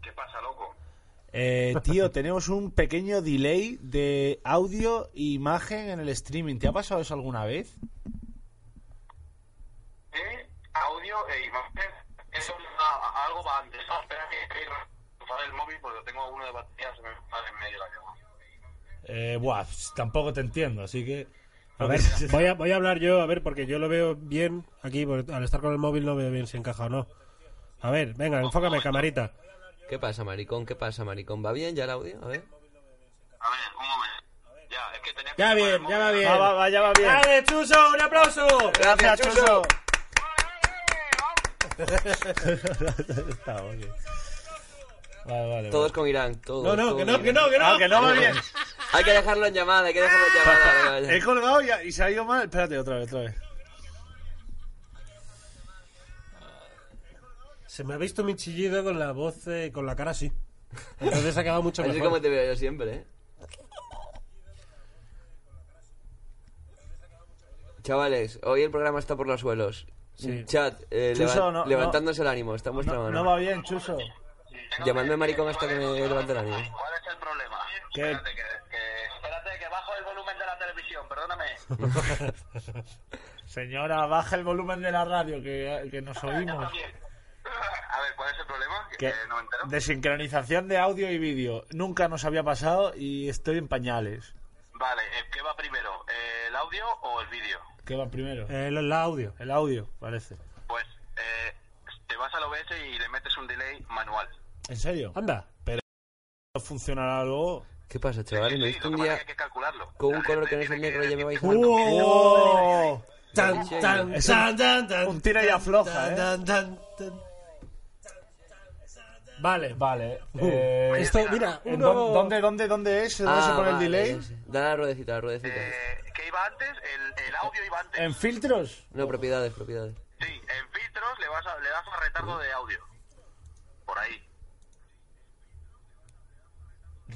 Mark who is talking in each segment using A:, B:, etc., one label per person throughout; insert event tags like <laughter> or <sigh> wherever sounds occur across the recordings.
A: ¿Qué pasa, loco?
B: Eh, tío, tenemos un pequeño delay de audio e imagen en el streaming. ¿Te ha pasado eso alguna vez?
A: ¿Eh? Audio e imagen. Eso a- a- algo va antes. No, espera que que enchufar el móvil porque tengo uno de batería se me va en medio de la llamada.
B: Eh, buah, pf, tampoco te entiendo, así que... <laughs>
C: A ver, voy a, voy a hablar yo, a ver, porque yo lo veo bien aquí, porque al estar con el móvil no veo bien si encaja o no. A ver, venga, enfócame, camarita.
D: ¿Qué pasa, maricón? ¿Qué pasa, maricón? ¿Va bien ya el audio? A ver.
A: A ver, un momento. Ya, es que tenía que
C: Ya
A: enchufar el
C: bien, ya va
A: móvil.
C: bien.
B: Va, Ah, va, va, ya va bien.
C: ¡Dale, Chuso, un aplauso!
B: Gracias, Chuso. Vale, vale.
D: Todos con Irán, todos.
C: No, no,
D: todos
C: que
D: con
C: no, que
D: Irán.
C: no, que no.
B: Ah, que no va bien.
D: Hay que dejarlo en llamada, hay que dejarlo en llamada. venga, vaya.
B: He colgado y, y se ha ido mal. Espérate, otra vez, otra vez.
C: <laughs> Se me ha visto mi chillido con la voz, eh, con la cara así. Entonces ha quedado mucho
D: Así
C: mejor.
D: como te veo yo siempre, ¿eh? Chavales, hoy el programa está por los suelos.
C: Sí.
D: Chat, eh,
B: Chuso,
D: levan-
B: no,
D: levantándose el ánimo, está en vuestra
B: No,
D: mano.
B: no va bien, Chuso.
D: Llamadme maricón hasta que me levante el ánimo.
A: ¿Cuál es el problema?
B: ¿Qué?
A: Espérate que, que- espérate que bajo el volumen de la televisión,
C: <laughs>
A: perdóname.
B: Señora, baja el volumen de la radio que, que nos oímos.
A: A ver, ¿cuál es el problema? Que,
B: Que
A: que no me entero.
B: desincronización de audio y vídeo. Nunca nos había pasado y estoy en pañales.
A: Vale, eh, ¿qué va primero? eh, ¿El audio o el vídeo?
B: ¿Qué va primero?
C: El, Eh, el audio.
B: El audio, parece.
A: Pues eh, te vas al OBS y le metes un delay manual.
B: ¿En serio?
C: Anda.
B: ¿No funcionará luego?
D: ¿Qué pasa,
A: Sí,
D: chavales?
A: sí,
D: Me diste
A: lo
D: un
A: que pasa es
D: día
A: que hay que calcularlo.
D: con
A: La
D: un color
A: gente
D: que no es el
A: tiene
D: negro y ya me vais
A: decir-
B: Uh,
D: dejando.
B: ¡Oh!
C: Tan, tan,
B: Es
C: tan, tan, tan,
B: un tira y
C: tan,
B: afloja,
C: tan,
B: ¿eh?
C: tan, tan, tan. Vale,
B: Vale.
C: Uh,
B: eh,
C: esto, mira,
B: ¿en
C: uno-
B: dó- ¿Dónde, dónde, dónde es? ¿Dónde
D: Ah,
B: se pone el
D: vale,
B: delay?
D: ya sé. Dale a la ruedecita, a la ruedecita.
A: Eh, ¿Qué iba antes? El, el audio iba antes.
B: ¿En filtros?
D: No, propiedades, propiedades.
A: Sí, en filtros le, vas a- le das a retardo de audio. Por ahí.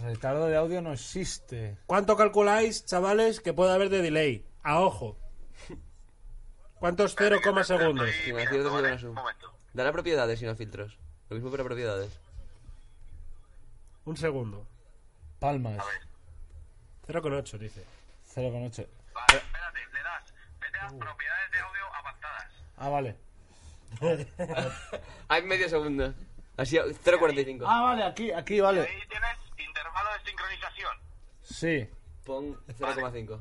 B: Retardo de audio no existe.
C: ¿Cuánto calculáis, chavales, que puede haber de delay? A ojo. ¿Cuántos 0, segundos?
A: Estoy
D: Sin
A: mirando,
D: aciertos
A: ¿vale?
D: y con
A: Un
D: azul.
A: momento.
D: Dale a propiedades y no a filtros. Lo mismo para propiedades.
C: Un segundo.
B: Palmas.
C: 0,8 dice.
B: 0,8.
A: Vale, espérate, le das. Vete a
D: Uh.
A: las propiedades de audio avanzadas.
B: Ah, vale.
D: Hay medio segundo. Así, 0.45.
B: Ah, vale, aquí, aquí,
A: Y
B: vale.
A: ahí tienes intervalo de sincronización.
B: Sí.
D: Pon 0,5.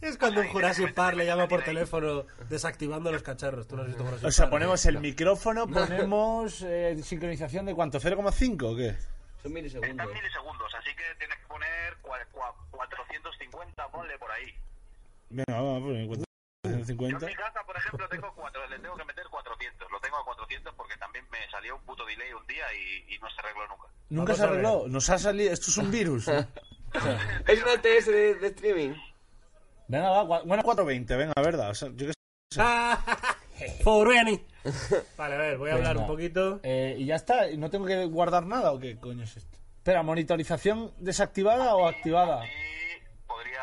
C: Es cuando un Jurassic Park le llama por teléfono desactivando los cacharros. Tú no has visto Jurassic
B: O sea,
C: Park, eh?
B: ponemos el <laughs> micrófono, ponemos eh, sincronización de cuánto, 0,5 o qué?
D: Son
A: Está
D: milisegundos.
A: en milisegundos, así que tienes que poner cua- cua- 450, ponle por ahí.
B: Venga, vamos a poner en cuenta.
A: Yo
B: 50.
A: en mi casa, por ejemplo, tengo cuatro, le tengo que meter 400. Lo tengo a 400 porque también me salió un puto delay un día y, y no se arregló nunca.
B: Nunca
C: Vamos
B: se
C: a ver.
B: arregló. Nos ha salido. Esto es un
C: <laughs>
B: virus.
D: Es una TS de, de streaming.
B: venga, va. cua- Bueno, 420, venga, verdad. O sea, yo qué sé.
C: <laughs> For Benny. Vale, a ver, voy
B: Pues
C: a hablar un
B: nada.
C: poquito.
B: Eh, y ya está. ¿Y ¿No tengo que guardar nada o qué coño es esto? Espera, ¿monitorización desactivada o activada?
A: Y podría.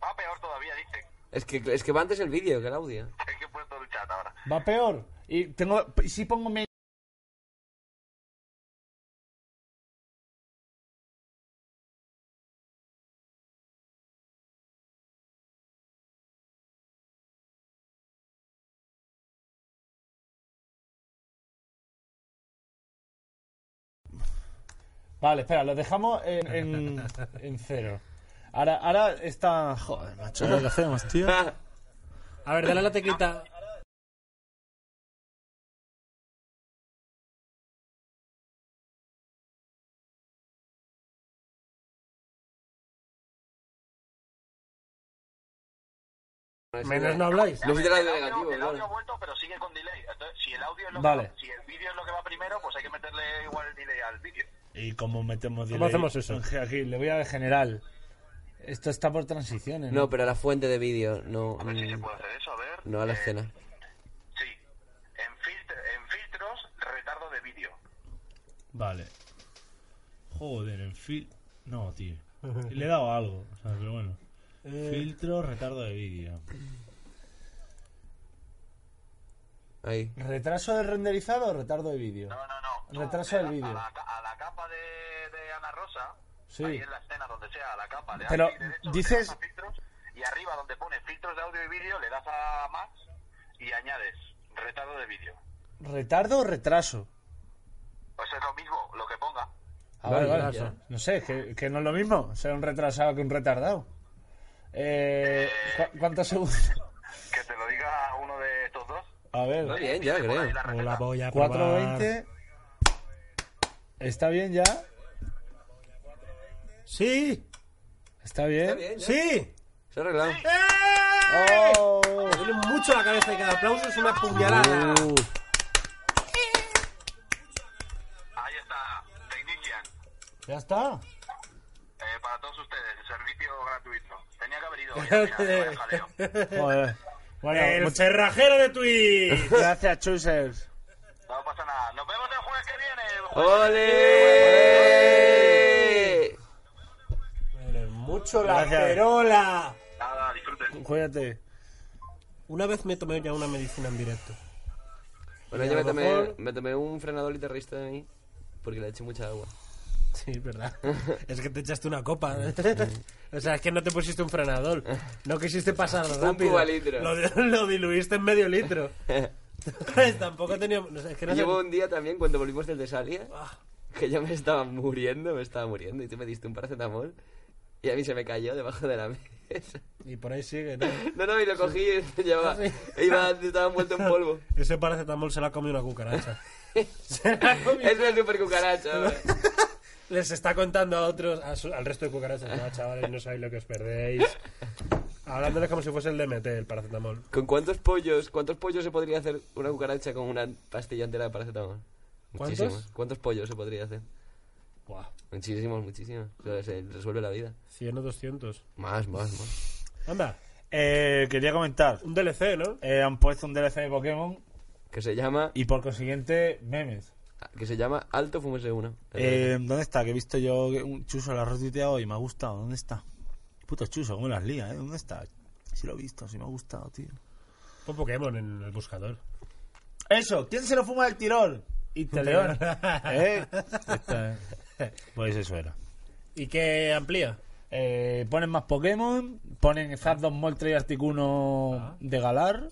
A: Va peor todavía, dice. <laughs>
D: Es que, es que va antes el vídeo que el audio.
A: Es que he puesto el chat ahora.
B: Va peor. Y tengo. y Si pongo mi. Vale, espera, lo dejamos en, en, en cero. Ahora, ahora está. Joder, macho,
C: <laughs>
B: ¿qué hacemos, tío?
C: A ver, dale a la <laughs> teclita. Menos no habláis.
D: No soy del
A: El
D: audio
A: audio,
D: negativo,
A: el audio ha
D: claro.
A: vuelto, pero sigue con delay. Entonces, si el audio es lo
B: Vale.
A: que, si el vídeo es lo que va primero, primero, pues hay que meterle igual el delay al vídeo.
B: ¿Y cómo metemos delay?
C: hacemos eso?
B: Aquí, Aquí, le voy a de general. Esto está por transiciones.
D: No, pero a la fuente de vídeo, no,
A: A ver si se
D: mm,
A: puede hacer eso, a ver.
D: no a la
A: Eh,
D: escena.
A: Sí. En, filtr- en filtros, retardo de vídeo.
B: Vale. Joder, en fil... No, <laughs> tío. Le he dado algo, o sea, pero bueno. Eh. Filtro, retardo de vídeo.
D: Ahí.
B: ¿Retraso del renderizado o retardo de vídeo?
A: No, no, no. Tú,
B: Retraso
A: a
B: del
A: la-
B: vídeo.
A: A, la ca- a la capa de, de Ana Rosa,
B: Sí.
A: ahí en la escena donde sea, a la capa. Le
B: Pero,
A: das clic derecho,
B: dices-
A: le das a filtros, y arriba donde pone filtros de audio y vídeo, le das a más y añades retardo de vídeo.
B: ¿Retardo o retraso?
A: Pues es lo mismo, lo que ponga.
B: Ah,
D: Vale,
B: vale, vale.
D: ya.
B: No sé, que, que no es lo mismo ser un retrasado que un retardado. Eh, ¿cu- ¿Cuántos segundos?
A: Que te lo diga uno de estos dos.
B: A ver,
D: Está bien, ya
A: Te pone ahí
D: creo.
A: la
C: O
A: receta.
C: la voy a probar.
B: 4.20. ¿Está bien ya?
C: ¡Sí!
B: ¿Está bien?
D: Está bien, ya.
C: ¡Sí!
D: Se ha arreglado.
B: ¡Oh!
E: Me duele mucho la cabeza y cada aplauso es una puñalada.
D: Uh,
A: Ahí está, Technician.
B: ¿Ya está?
A: Eh, para todos ustedes, el servicio gratuito. Tenía que haber
B: <laughs>
A: ido hoy. al final, vaya jaleo.
B: Joder. Bueno, <laughs>
C: ¡El
B: muchas
C: cerrajero de Twitch!
B: gracias, Chusers.
A: No pasa nada. Nos vemos el jueves que viene.
D: ¡Ole!
E: Me duele mucho la
B: Gracias.
E: perola.
A: Nada, disfruten.
B: Cuídate.
E: Una vez me tomé ya una medicina en directo.
D: Bueno, yo me tomé, me tomé un frenador y te reíste de mí porque le eché mucha agua.
E: Sí, es
D: <laughs>
E: verdad.
C: Es que te echaste
E: Una copa.
D: Mm.
C: <laughs>
E: o sea, es que no te pusiste un frenador. No quisiste
D: <laughs>
E: pasar rápido.
D: cubalitro.
E: Lo, di-
C: <laughs>
E: lo diluiste en medio
D: <laughs>
E: litro. Pues Tampoco teníamos... no sé, es que no sé-
D: Llevo un día también cuando volvimos del Tesalia que yo me estaba muriendo, me estaba muriendo y tú me diste un paracetamol y a mí se me cayó debajo de la <laughs> mesa.
E: Y por ahí sigue, ¿no?
D: No, no, y lo cogí y llevaba, iba, estaba envuelto
C: <laughs>
D: en polvo.
C: Ese paracetamol se la ha comido una
D: <laughs>
C: cucaracha.
D: Es una super cucaracha. ¿vale?
E: Les está contando a otros...
C: A su- al resto de cucarachas, no, chavales, no sabéis lo que os perdéis. Hablándoles como si fuese el DMT, el paracetamol.
D: ¿Con cuántos pollos, cuántos pollos se podría hacer una cucaracha con una pastilla entera de paracetamol?
C: ¿Cuántos?
D: Muchísimos. ¿Cuántos pollos se podría hacer?
C: Buah,
D: Muchísimos, muchísimos. O sea, se resuelve la vida.
C: 100 o 200.
D: Más, más, más.
C: Anda,
B: Eh, quería comentar.
C: un DLC, ¿no?
B: Eh, han puesto un DLC de Pokémon
D: Que se llama,
B: y por consiguiente memes.
D: que se llama Alto Fumese 1.
B: Eh, ¿Dónde está? Que he visto yo que un chuso lo ha retuiteado y me ha gustado. ¿Dónde está? Puto chuso, cómo las lía, ¿eh? ¿Dónde está? Si lo he visto, si me ha gustado, tío.
C: Un pues Pokémon en el buscador.
B: Eso, ¿quién se lo fuma del tirón? Y te león. <laughs> ¿Eh? Pues eso era.
C: ¿Y qué amplía?
B: Eh, ponen más Pokémon, ponen Zapdos, Moltres y Articuno de Galar.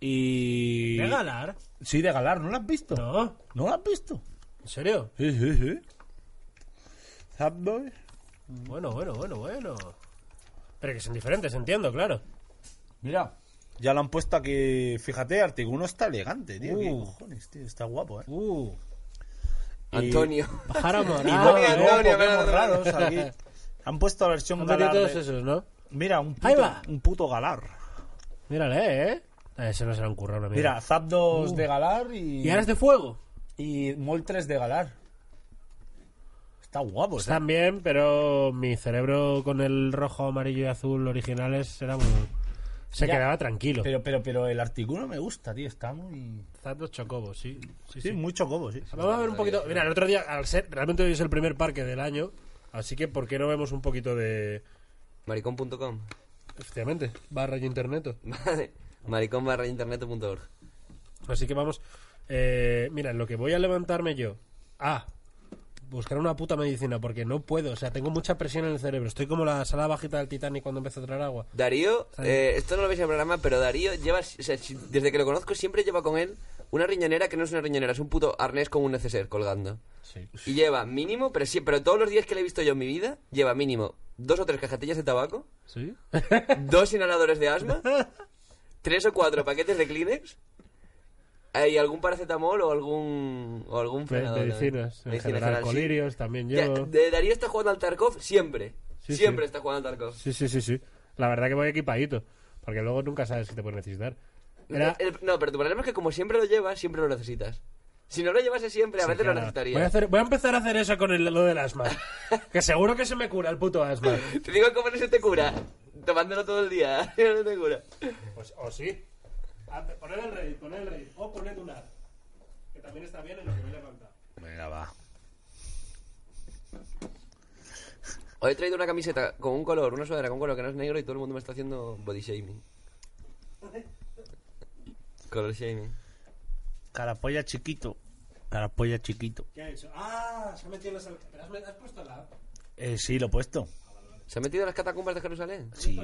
B: Y.
E: ¿De galar?
B: Sí, de Galar, ¿no lo has visto?
E: No.
B: ¿No lo has visto?
E: ¿En serio?
B: Sí, sí, sí. Zapdos.
E: Bueno, bueno, bueno, bueno.
C: Pero que son diferentes, entiendo, claro.
B: Mira. Ya lo han puesto aquí. Fíjate, Articuno está elegante, tío. ¿Qué
C: Uh.
B: cojones, tío? Está guapo, ¿eh?
C: Uh,
D: Antonio.
E: Pájaro
B: <laughs> Y
E: morado.
D: no,
B: luego
D: Antonio,
B: Pokémon
D: pero-
B: raros aquí. Han puesto la versión
E: Han metido
B: galar.
E: todos
B: de-
E: esos, ¿no?
B: Mira, un
E: Ahí
B: puto,
E: va.
B: un puto galar.
E: Mírale, ¿eh? Ah, Ese no será un currón, amigo.
B: Mira, Uh. Zapdos de galar y.
E: ¿Y ahora es de fuego?
B: Y Moltres de Galar. Está guapo, ¿eh?
C: están bien, pero mi cerebro con el rojo, amarillo y azul originales era muy... Se
B: Ya.
C: quedaba tranquilo.
B: Pero, pero, pero el artículo me gusta, tío. Está muy.
C: Zapdos Chocobos, sí.
B: Sí,
C: Sí, sí.
B: mucho cobo, sí.
C: Vamos a ver un poquito... Mira, el otro día, al ser... Realmente hoy es el primer parque del año, así que ¿por qué no vemos un poquito de...
D: <laughs> Maricón.com.
C: Efectivamente, barra y internet.
D: Vale. Maricón barra internet.org.
C: Así que vamos. eh, mira, lo que voy a levantarme yo. A. Buscar una puta medicina porque no puedo. O sea, tengo mucha presión en el cerebro. Estoy como la sala bajita del Titanic cuando empezó a traer agua.
D: Darío, eh, esto no lo veis en el programa, pero Darío lleva, o sea, si- desde que lo conozco siempre lleva con él una riñonera que no es una riñonera, es un puto arnés con un neceser colgando. Y lleva mínimo, pero sí, pero todos los días que le he visto yo en mi vida, lleva mínimo dos o tres cajetillas
C: <laughs>
D: de tabaco,
C: ¿Sí?
D: dos inhaladores
C: <laughs>
D: de asma, tres o cuatro paquetes de Kleenex eh, y algún paracetamol o algún o algún frenador también.
C: medicinas. En
D: Medicina
C: general,
D: general, sí.
C: colirios también
D: Ya,
C: llevo.
D: de Darío está jugando al Tarkov siempre.
C: Sí,
D: siempre
C: sí.
D: está jugando al Tarkov.
C: Sí, sí, sí, sí. La verdad que voy equipadito. Porque luego nunca sabes que te puedes necesitar. Era-
D: Eh, El- no, pero tu problema es que como siempre lo llevas, siempre lo necesitas. Si no lo llevase siempre, a veces lo
C: Claro.
D: necesitaría. <laughs>
C: Voy a, hacer- voy a empezar a hacer eso con el- lo del asma. que seguro que se me cura el puto asma.
D: Te digo cómo no se te cura. Tomándolo todo el día. <laughs> no te cura.
C: Pues, o sí. Ah, pe- Poned el Reddit, poned el Reddit. O poned un ad. Que también está bien en lo que me levanta.
B: Venga, va.
D: Hoy he traído una camiseta con un color, una sudadera con un color que no es negro y todo el mundo me está haciendo body shaming. Color shaming.
B: Carapolla chiquito. Carapolla chiquito.
C: ¿Qué ha hecho? ¡Ah! Se ha metido en las... ¿Pero has, has puesto la app?
B: Eh, sí, lo he puesto.
D: ¿Se ha metido en las catacumbas de Jerusalén?
B: Sí.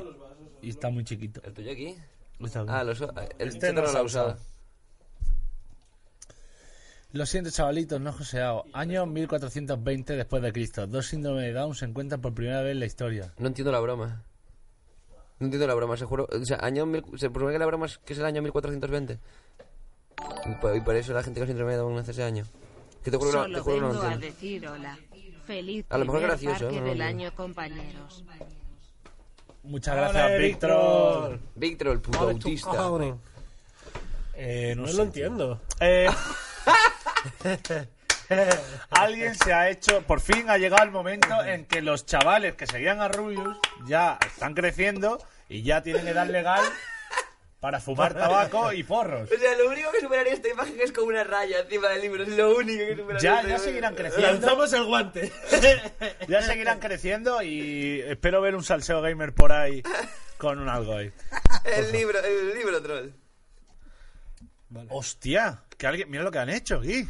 B: Y está muy chiquito.
D: ¿El tuyo aquí?
B: Está bien.
D: Ah, los, el
B: Este
D: centro
B: no
D: no
B: se
D: lo ha
B: ha
D: usado.
B: usado. Lo siento, chavalitos, no he joseado. Año 1420 después de Cristo. Dos síndromes de Down se encuentran por primera vez en la historia.
D: No entiendo la broma. No entiendo la broma, se juro. O sea, año mil- se supone que la broma es que es el año 1420. Y por, y por eso la gente con síndrome de Down nace ese año. Que te juro, que no- te
F: Solo
D: juro que no lo
F: vengo a
D: entiendo.
F: decir hola. Feliz
D: A lo mejor
F: primer
D: gracioso, ¿eh?
F: parque
D: ¿no?
F: del
D: No, no.
F: año, compañeros.
B: Muchas gracias, Víctor.
C: Víctor!
D: Víctor, el puto autista.
B: Eh,
C: No
B: sé,
C: lo
B: tío.
C: entiendo.
B: Eh, <laughs> Alguien se ha hecho. Por fin ha llegado el momento en que los chavales que seguían a Rubius ya están creciendo y ya tienen edad legal para fumar tabaco y porros.
D: O sea, lo único que superaría esta imagen es como una raya encima del libro. Es lo único que superaría.
B: Ya,
D: esta
B: ya
D: imagen.
B: seguirán creciendo.
E: Lanzamos el guante.
B: <laughs> Ya seguirán creciendo y espero ver un salseo gamer por ahí con un algo ahí.
D: El libro, el libro troll.
B: Hostia, que alguien. Mira lo que han hecho aquí.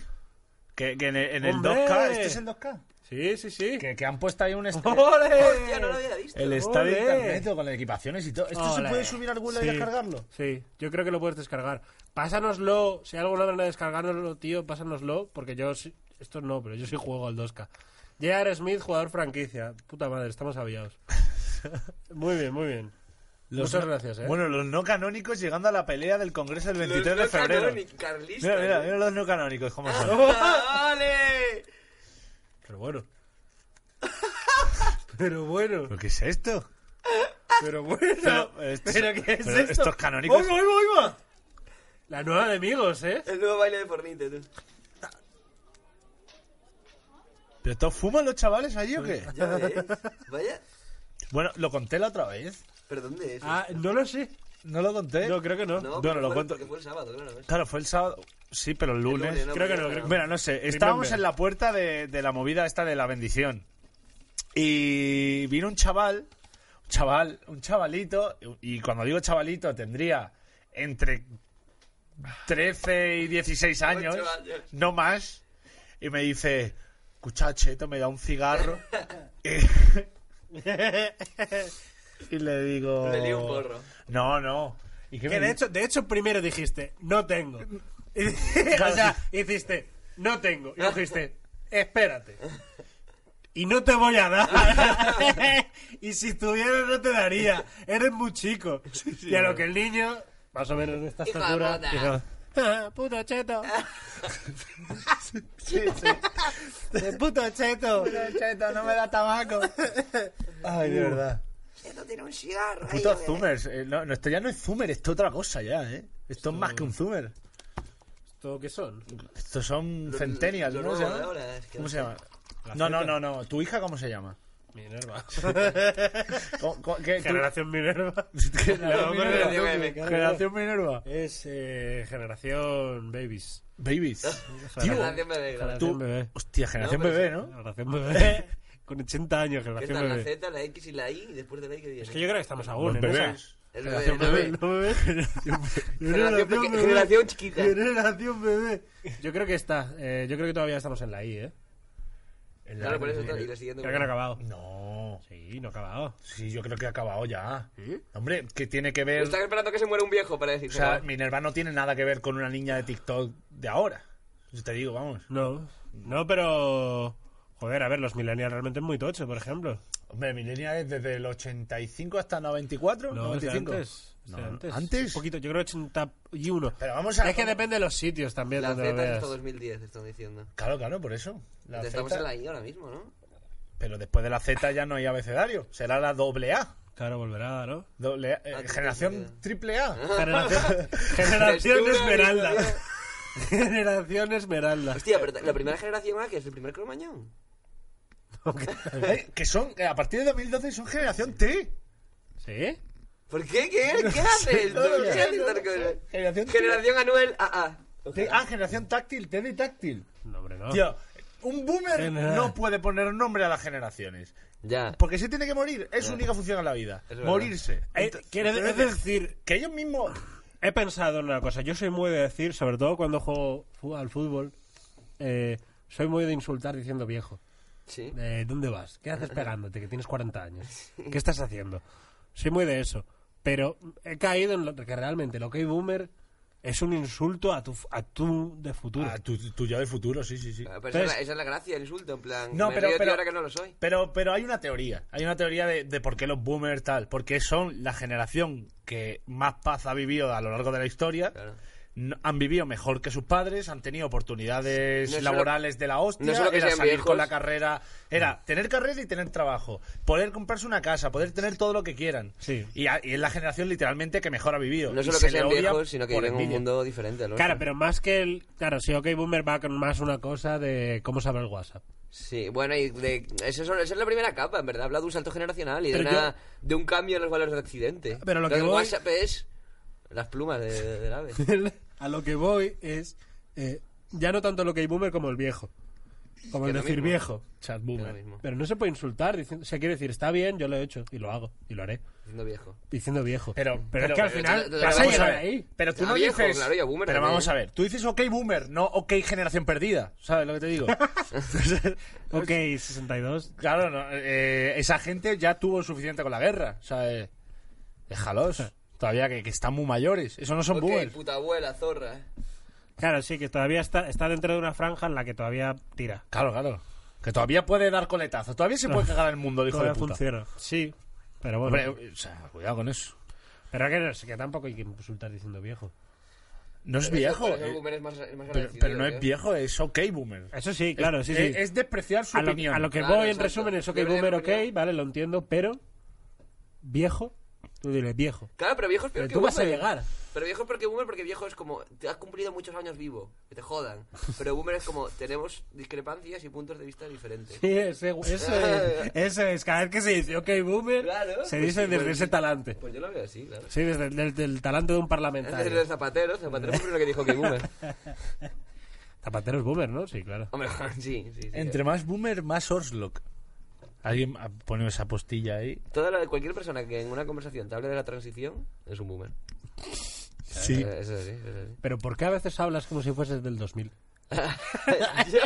B: Que, que en el, en el
C: ¡Hombre!
B: 2K. ¿Este es el 2K?
C: Sí, sí, sí.
B: Que, que han puesto ahí un. est-
D: Ya no lo había visto.
B: El estadio
C: ¡Ole!
B: internet con las equipaciones y todo. ¿Esto se
C: Ole.
B: puede subir a algún lado
C: Sí.
B: y descargarlo?
C: Sí, yo creo que lo puedes descargar. Pásanoslo, si hay alguna manera de descargárnoslo, tío, pásanoslo, porque yo... sí- Esto no, pero yo sí juego al 2K. J.R. Smith, jugador franquicia. Puta madre, estamos
B: <laughs>
C: aviados. Muy bien, muy bien. Muchas
B: no-
C: gracias, <laughs> eh.
B: Bueno, los no canónicos llegando a la pelea del Congreso del 23 de
D: Los no
B: febrero.
D: canónicos, Carlistas.
B: Mira, mira, mira los no canónicos, cómo son.
D: Ah, ¡Ole!
C: Pero bueno. <laughs> Pero bueno,
B: ¿Pero qué es esto?
C: pero bueno.
B: Pero, esto-
C: ¿Pero qué es
B: pero
C: esto?
B: estos canónicos-
C: ¡Oiga, oiga, oiga! La nueva de amigos, ¿eh?
D: El nuevo baile de Fornite, tú.
B: ¿Pero estos fuman los chavales allí o qué?
D: Ya ves. Vaya.
B: Bueno, lo conté la otra vez.
D: ¿Pero dónde es?
C: Ah, no lo sé.
B: ¿No lo conté?
C: No, creo que ¿Eh? <laughs> no.
D: no,
B: bueno,
D: pero
B: lo
D: fue-
B: cuento.
D: Porque fue el sábado, claro. pues.
B: Claro, fue el sábado. Sí, pero el
D: El
B: lunes.
D: lunes,
C: Creo que no,
D: Pero-
C: creo que
B: Mira, no sé. Estábamos
C: Remember.
B: en la puerta de, de la movida esta de la bendición. Y vino un chaval, un chaval, un chavalito. Y cuando digo chavalito, tendría entre 13 y 16 años,
D: Ocho años.
B: no más. Y me dice, escucha, Cheto, me da un
D: <laughs>
B: cigarro. y le digo...
D: Le lío un porro.
B: No, no. ¿Y qué
C: Que
B: me
C: de
B: di-
C: hecho, de hecho primero dijiste, no <laughs> tengo. <laughs> o sea, hiciste, no tengo. Y dijiste, <laughs> espérate. Y no te voy a dar. <laughs> y si tuviera, no te daría. Eres muy chico. y a lo que el niño, más o menos de esta
D: Hijo de
C: estatura,
D: puta.
C: dijo, "Ah, <laughs> puto cheto. Puto cheto.
B: Cheto, no me da tabaco. <laughs> Ay, de verdad.
D: Esto tiene un cigarro. ahí,
B: Putos
D: hombre.
B: zoomers. eh, no, no, esto ya no es zoomer, esto es otra cosa ya, ¿eh? Esto es más que un zoomer.
C: ¿Esto qué son?
B: Estos son centennials,
D: lo
B: ¿no?
D: nuevo
B: se
D: de
B: llama?
D: ahora, es que
B: ¿Cómo
D: no
B: se
D: sé.
B: llama? No, no, no, no. ¿Tu hija cómo se llama?
C: <laughs> Minerva.
B: ¿Cómo- cómo-
C: <laughs>
B: qué- tú-
C: Generación <laughs> Minerva.
B: Generación
C: La
B: Minerva.
C: hombre de la
B: Generación Minerva.
C: Es eh, generación babies. <laughs>
B: Babies. Tío,
D: Generación me alegra.
B: tú-
C: Generación bebé.
B: Hostia, generación
D: pero
B: bebé, ¿no?
C: Generación bebé. <laughs> Con 80 años,
D: ¿Qué
C: generación
D: están? La
C: bebé.
D: Z, la X y la Y, y después de la Y que viene.
C: Es que yo creo que estamos aún
B: Los
C: en
B: bebés.
C: esa.
D: El bebé,
C: Generación
D: el bebé.
C: bebé, ¿no bebés? <laughs>
D: Generación, peque- generación chiquita.
C: Generación bebé. Yo creo que está. eh, yo creo que todavía estamos en la I, ¿eh?
D: Claro, por eso está. Y la siguiente.
C: Creo que no ha acabado.
B: No.
C: Sí, no ha acabado.
B: Sí, yo creo que ha acabado ya. Hombre, que tiene que
D: Yo
B: ver.
D: Estaba esperando que se muera un viejo para decir.
B: O sea, Minerva no tiene nada que ver con una niña de TikTok de ahora. Yo te digo, vamos.
C: No. No, pero. Joder, a ver, los millennials realmente es muy tocho, por ejemplo.
B: Hombre, Milenia es desde el 85 hasta 94,
C: No, es de
B: 95.
C: antes. es de
B: No,
C: antes.
B: ¿antes?
C: Un poquito, yo creo 81.
B: Pero vamos a-
C: Es que depende de los sitios también.
D: la
C: donde lo
D: Z es
C: veas.
D: hasta 2010, están diciendo.
B: Claro, claro, por eso. La
D: Entonces, Estamos
B: Z-
D: en la I ahora mismo, ¿no?
B: Pero después de la Z ya no hay abecedario. Será la doble A.
C: Claro, volverá, ¿no?
B: Doble A, eh,
D: Ah,
B: generación
D: sí,
B: triple A. Ah. <laughs>
C: Generación, generación
D: Textura,
C: Esmeralda.
D: historia.
C: <laughs> Generación Esmeralda.
D: Hostia, pero la primera generación A, que es el primer cromañón.
B: Eh, Que son, que a partir de 2012 son generación T.
C: ¿Sí?
D: ¿Por qué? ¿Qué,
B: <laughs>
D: ¿Qué haces?
B: no lo
D: ¿Qué
B: sé, no
D: haces,
B: lo
D: Darko?
B: sé. Generación-
D: Generación Anuel AA.
B: T- Ah, generación táctil, T de táctil.
C: No, hombre, no.
B: Tío, un boomer
C: General.
B: no puede poner nombre a las generaciones.
D: Ya.
B: Porque se tiene que morir. Es su única función en la vida.
D: Es verdad.
B: Morirse.
C: Eh,
B: Ent-
C: quiero de- es decir,
B: Que ellos mismos...
C: he pensado en una cosa. Yo soy muy de decir, sobre todo cuando juego fu- al fútbol, eh, soy muy de insultar diciendo viejo.
D: Sí.
C: Eh, ¿Dónde vas? ¿Qué haces pegándote? Que tienes 40
D: <laughs>
C: años. ¿Qué estás haciendo? Soy muy de eso. Pero he caído en lo que realmente lo que hay boomer es un insulto a tu, f- a tu de futuro.
B: Ah, tu, tu yo de futuro, sí, sí, sí.
D: Ah, Pero esa, es
C: Entonces-
D: la, esa es la gracia, el insulto, en plan.
B: No,
D: me
B: pero,
D: río, tío,
B: pero,
D: ahora que no lo soy.
B: pero, pero hay una teoría. Hay una teoría de, de por qué los boomers tal. Porque son la generación que más paz ha vivido a lo largo de la historia.
D: Claro.
B: No- han vivido mejor que sus padres, han tenido oportunidades
D: No es solo-
B: laborales de la hostia.
D: no es solo que
B: era
D: sean
B: salir
D: viejos. Mm.
B: con la carrera. Era tener carrera y tener trabajo. Poder comprarse una casa, poder tener todo lo que quieran.
C: Sí.
B: Y, a- y es la generación literalmente que mejor ha vivido.
D: No
B: Y
D: solo
B: se
D: que
B: le
D: sean
B: odia
D: viejos, sino que
B: por
D: viven en un
B: envidia.
D: mundo diferente. al
C: Claro,
D: nuestro.
C: pero más que el. Claro, si OK Boomer va con más una cosa de cómo saber el
D: <laughs>
C: WhatsApp.
D: Sí, bueno, y de, eso, es- esa es la primera capa, en verdad. Habla de un salto generacional y de,
C: Pero
D: una- de un cambio en los valores de Occidente.
C: Pero lo que
D: del
C: voy-
D: WhatsApp es las plumas de, de- del
B: <laughs>
D: ave.
C: a lo que voy es. eh, ya no tanto el OK Boomer como el viejo. Como
D: Que
C: el
D: lo
C: decir
D: mismo.
C: viejo. Chat
D: Que lo
C: Boomer.
D: mismo.
C: Pero no se puede insultar. Diciendo, o sea, quiere decir, está bien, yo lo he hecho y lo hago y lo haré.
D: Siendo viejo.
C: Diciendo viejo.
B: Pero,
C: pero, es que al final.
D: pero-
C: vas a
D: pero-
C: llegar
D: pero-
C: ahí.
B: Pero tú
D: Ya
B: no
D: viejo,
B: dices.
D: claro, ya boomer
B: pero
D: también.
B: vamos a ver. Tú dices OK boomer, no OK generación perdida. ¿Sabes lo que te
C: <laughs>
B: digo? <laughs>
C: Ok, 62.
B: claro, no, eh, esa gente ya tuvo suficiente con la guerra. ¿Sabes? Déjalos. Todavía que, que están muy mayores. Eso no son
D: Ok, pues-
B: boomers.
D: puta abuela, zorra. eh.
C: Claro, sí, que todavía está, está dentro de una franja en la que todavía tira.
B: Claro, claro. Que todavía puede dar coletazo. Todavía se
C: <laughs>
B: puede cagar el mundo, el hijo de
C: Todavía
B: puta.
C: funciona. Sí, pero bueno.
B: Hombre, o sea, cuidado con eso.
C: pero que, no- es que tampoco hay que insultar diciendo viejo.
B: No es
D: Por
B: viejo.
D: eso el
B: eh,
D: boomer es más- es más
B: pero,
D: agradecido, eh.
B: pero no es
D: creo.
B: viejo, es OK boomer.
C: Eso sí, claro, sí, sí.
B: Es, es despreciar su
C: a, lo,
B: opinión.
C: a lo que
D: Claro,
C: voy en
D: exacto.
C: resumen es ok,
D: Libre de
C: boomer, ok,
D: opinión.
C: vale, lo entiendo, pero viejo, tú dile viejo.
D: Claro, pero viejo es peor
C: Pero
D: que
C: tú vas a
D: boomer.
C: llegar. <laughs>
D: Pero viejo es peor que boomer porque viejo es como. Te has cumplido muchos años vivo. Que te jodan. Pero boomer es como. Tenemos discrepancias y puntos de vista diferentes.
C: Sí, ese- eso, es, eso es, cada vez que se dice ok, boomer,
D: Claro.
C: se dice
D: Pues sí,
C: desde
D: pues
C: ese
D: sí.
C: talante.
D: Pues yo lo veo así, claro.
C: Sí, desde el del talante de un
D: Antes era
C: parlamentario.
D: el Zapatero. Zapatero fue el primero que dijo
B: <laughs>
D: que boomer.
C: Zapatero es boomer, ¿no? Sí, claro.
D: Hombre, <laughs> sí, sí. sí.
B: Entre más boomer, más Orslock. Alguien ha ponido esa postilla ahí.
D: Toda la- cualquier persona que en una conversación te hable de la transición es un boomer.
B: Sí.
D: Eh, Eso sí, eso sí.
C: Pero ¿por qué a veces hablas como si fueses del 2000?
B: <laughs>
D: <laughs>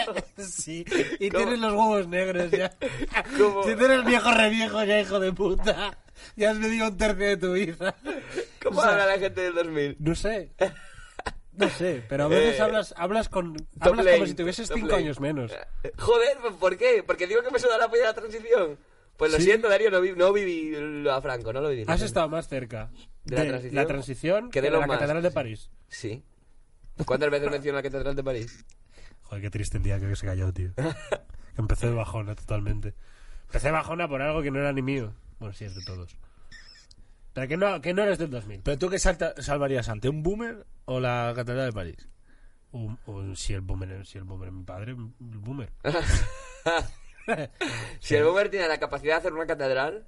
C: <laughs> Sí, y
D: ¿Cómo?
C: tienes los huevos negros ya.
D: <laughs> ¿Cómo?
C: Si tú eres viejo reviejo ya, hijo de puta. Ya has vivido un tercio de tu vida.
D: ¿Cómo
C: O sea,
D: habla la gente del 2000?
C: No sé. No sé, pero a veces
D: Eh,
C: hablas, hablas, con,
D: Top
C: hablas como
D: lane,
C: si tuvieses
D: top
C: cinco
D: lane.
C: años menos.
D: Eh, Joder, ¿por qué? Porque digo que me suda la polla la transición. Pues lo siento, Darío, no, vi- no viví lo a Franco, no lo viví.
C: Has estado más cerca de,
D: ¿De la
C: la,
D: transición?
C: transición,
D: Que
C: que
D: de
C: de
D: lo
C: la
D: más,
C: Catedral de
D: sí.
C: París.
D: Sí. ¿Cuántas veces menciono la Catedral
C: <laughs>
D: de París?
C: Joder, qué triste el día que se cayó,
D: <laughs>
C: tío. Que empecé de bajona totalmente. Empecé de bajona por algo que no era ni mío. Bueno, sí, es de todos. Pero que no, que no eres del 2000.
B: ¿Pero tú qué salta- salvarías ante un boomer o la Catedral de París?
C: O, o si el boomer, si el boomer, mi padre, el boomer.
D: Si el boomer tiene la capacidad de hacer una catedral,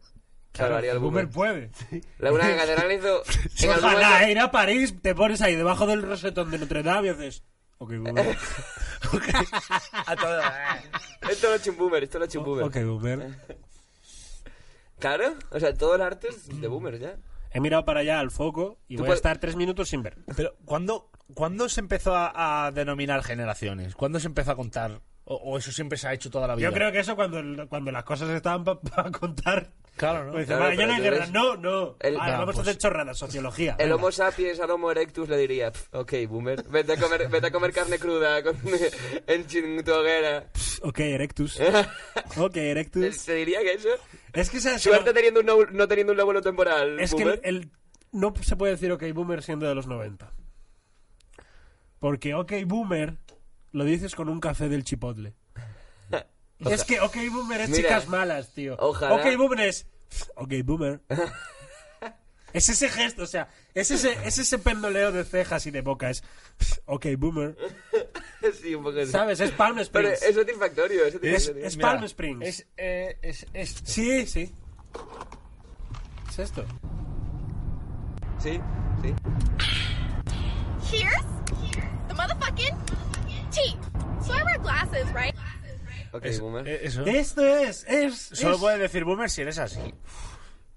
D: salvaría al boomer.
C: puede.
D: La una catedral
C: <laughs>
D: hizo. en algún
C: Ojalá eh,
D: momento-
C: ir a París, te pones ahí debajo del rosetón de Notre Dame y haces. Ok,
D: <laughs>
C: boomer.
D: Esto lo ha hecho un boomer, esto lo ha hecho un
C: <laughs>
D: boomer.
C: ¿eh? Ok, boomer.
D: Claro, o sea, todo el arte es de boomer ya.
C: He mirado para allá al foco y
D: Tú
C: voy a
D: puedes-
C: estar tres minutos sin ver.
B: Pero ¿cuándo, ¿cuándo se empezó a, a denominar generaciones? ¿Cuándo se empezó a contar? ¿O, o eso siempre se ha hecho toda la vida?
C: Yo creo que eso cuando, el- cuando las cosas estaban para contar.
B: Claro, ¿no?
C: pues dice,
D: Claro,
C: vale, yo
D: pero
C: no
D: tú
C: hay guerra.
D: eres-
C: No, no.
D: El-
C: Vale,
D: Ah,
C: vamos
B: pues-
C: a hacer chorradas, sociología.
D: El
C: venga.
D: Homo sapiens al Homo erectus le diría, "Pf, ok, boomer, vete a comer, vete a comer carne cruda con, <laughs> en, chin- tu <laughs> hoguera.
C: Ok, Erectus.
D: ¿Eh?
C: ok, Erectus.
D: Se diría que eso.
C: Es que se
D: Suerte teniendo un no, no teniendo un lóbulo temporal.
C: Es que
D: boomer.
C: el, el- no se puede decir OK Boomer siendo de los 90. Porque OK Boomer lo dices con un café del
D: <laughs>
C: chipotle. es que OK Boomer es
D: Mira,
C: chicas malas, tío.
D: ojalá. <laughs>
C: OK Boomer es... OK Boomer. Es ese gesto, o sea, es ese, es ese pendoleo de cejas y de boca. Es, ok, boomer.
D: <laughs> sí, un poco así.
C: ¿Sabes? Es Palm
D: Pero
C: Springs.
D: es satisfactorio, es
C: Es,
D: satisfactorio.
C: es
B: Mira,
C: Palm Springs.
B: Es, eh, es, es-
C: Sí, sí. Es esto.
D: Sí, sí.
G: Cheers? The motherfucking cheap. So I wear glasses, right?
D: Ok,
B: es-
D: boomer.
B: eh, eso.
C: Esto es, es.
B: Solo
C: es-
B: puedes decir boomer si eres así.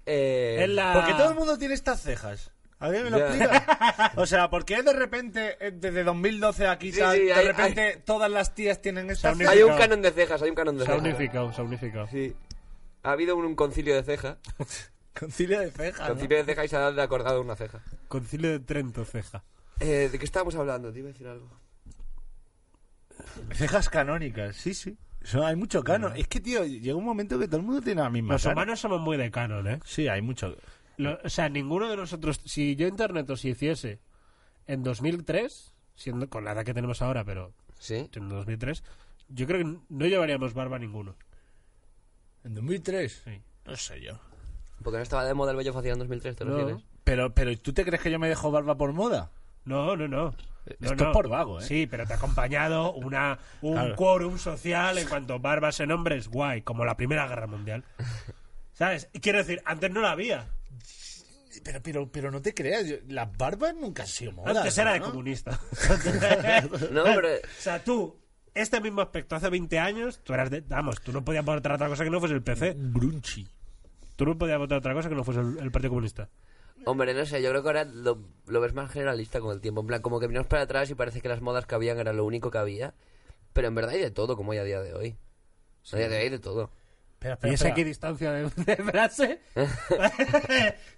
D: Eh,
C: es la-
B: Porque todo el mundo tiene estas cejas. ¿Alguien me lo <laughs>
D: Ya.
B: explica? O sea, ¿por qué de repente, eh, desde 2012 aquí,
D: Sí,
B: tal,
D: sí,
B: de
D: hay-
B: repente todas las tías tienen estas
C: Son
B: cejas?
D: Hay un canon de cejas, hay un canon de
C: Se ha
D: cejas.
C: unificado, se ha unificado.
D: Sí. Ha habido un, un concilio de ceja.
C: Concilio de ceja.
D: Concilio de ceja y se ha acordado una ceja.
C: Concilio de Trento ceja.
D: Eh, ¿De qué estábamos hablando? Te iba a decir algo.
B: Cejas canónicas, sí, sí. Son- hay mucho canon. Es que, tío, llega un momento que todo el mundo tiene la misma
C: Los
B: cara.
C: humanos somos muy de canon, ¿eh?
B: Sí, hay mucho.
C: Lo- o sea, ninguno de nosotros, si yo Internet os hiciese en 2003, siendo con la edad que tenemos ahora, pero
D: ¿Sí?
C: en 2003, yo creo que n- no llevaríamos barba ninguno.
B: ¿En 2003?
C: Sí.
B: No sé yo.
D: Porque no estaba de moda el vello facial en 2003, ¿te
C: No.
D: refieres?
B: Pero, pero ¿tú te crees que yo me dejo barba por moda?
C: No, no, no. No,
B: Esto
C: no.
B: es por vago, ¿eh?
C: Sí, pero te ha acompañado una, un
B: Claro.
C: quórum social en cuanto barbas en hombres, guay, como la Primera
B: <laughs>
C: Guerra Mundial. ¿Sabes? Quiero decir, antes no la había.
B: Pero, pero, pero no te creas, yo- las barbas nunca han sido moda.
C: Antes era de
B: ¿no? <laughs>
C: comunista.
D: No, pero...
C: O sea, tú, este mismo aspecto hace 20 años, tú eras de. Vamos, tú no podías votar otra cosa que no fuese el PC.
B: Brunchy.
C: Tú no podías votar otra cosa que no fuese el, el Partido Comunista.
D: Hombre, no sé, yo creo que ahora lo, lo ves más generalista con el tiempo. En plan, como que miramos para atrás y parece que las modas que habían era lo único que había. Pero en verdad hay de todo, como hay a día de hoy. A día de hoy hay de todo.
B: Espera,
C: ¿Y
B: espera,
C: esa
B: espera.
C: equidistancia de, de frase? <laughs>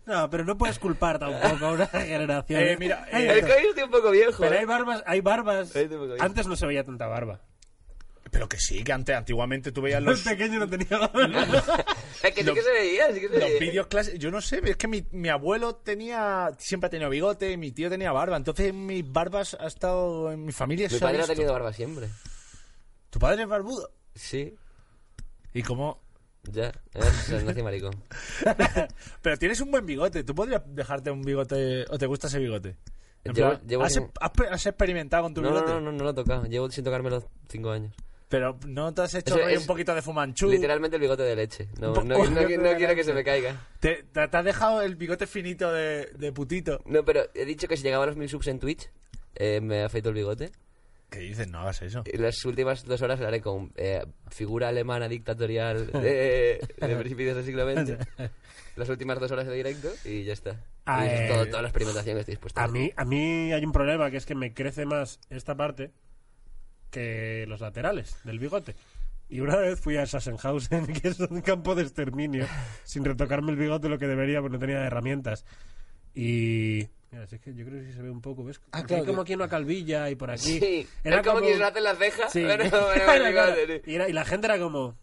C: no, pero no puedes culpar tampoco <laughs> a una generación.
B: Eh, mira,
C: Hay
B: eh,
C: de
D: El
C: todo.
D: coño estoy un poco viejo.
C: pero
D: ¿eh?
C: hay barbas, hay barbas.
D: Ahí te pongo bien.
C: Antes no se veía tanta barba.
B: Pero que sí, que antes, antiguamente tú <laughs> veías
C: Los
B: los,
C: pequeños no tenía <laughs> barba.
D: Es que sí que se veía, sí que se
B: los
D: veía.
B: vídeos clásicos. Yo no sé, es que mi, mi abuelo tenía siempre ha tenido bigote, mi tío tenía barba. Entonces mis barbas ha estado en mi familia.
D: Mi
B: se ha
D: padre ha
B: visto.
D: tenido barba siempre.
B: ¿Tu padre es barbudo?
D: Sí,
B: ¿Y cómo? <laughs>
D: ya. eh, Es el nazi maricón.
B: Pero tienes un buen bigote. ¿Tú podrías dejarte un bigote o te gusta ese bigote? En
D: Llevo-
B: plan,
D: llevo
B: ¿has,
D: sin-
B: has pe- has experimentado con tu
D: No, no,
B: bigote?
D: no, no, no lo he tocado. Llevo sin tocármelo cinco años.
B: Pero no te has hecho
D: Eso
B: rollo
D: es-
B: un poquito de fumanchú.
D: Literalmente el bigote de leche. No,
B: Un
D: no,
B: po-
D: no, no-
B: bigote
D: no
B: de
D: quiero que
B: leche.
D: se me caiga.
B: ¿Te, te, te has dejado el bigote finito de, de putito.
D: No, pero he dicho que si llegaba a los mil subs en Twitch, eh, me afeito el bigote.
B: ¿Qué dices? No hagas eso.
D: Y las últimas dos horas haré con eh, figura
C: <laughs>
D: alemana dictatorial eh, de principios del siglo XX. Las últimas dos horas de directo y ya está.
C: Ah,
D: y eso es
C: eh,
D: todo- toda la experimentación que estoy dispuesto a
C: A
D: hacer.
C: mí, a mí hay un problema que es que me crece más esta parte que los laterales del bigote. Y una vez fui a Sachsenhausen, <laughs> que es un campo de exterminio, sin retocarme el bigote lo que debería, porque no tenía herramientas. Y. Mira, si es que yo creo que sí se ve un poco, ¿ves?
B: Ah,
C: Porque
B: claro
C: hay como
B: que-
C: aquí una calvilla y por aquí.
D: Sí, es como, que se le hacen las
C: <laughs>
D: cejas. <laughs>
C: Sí.
D: pero-
C: <laughs>
D: pero-
C: Era
D: pero-
C: claro.
D: pero-
C: y, era- y la gente era
D: <laughs>
C: como.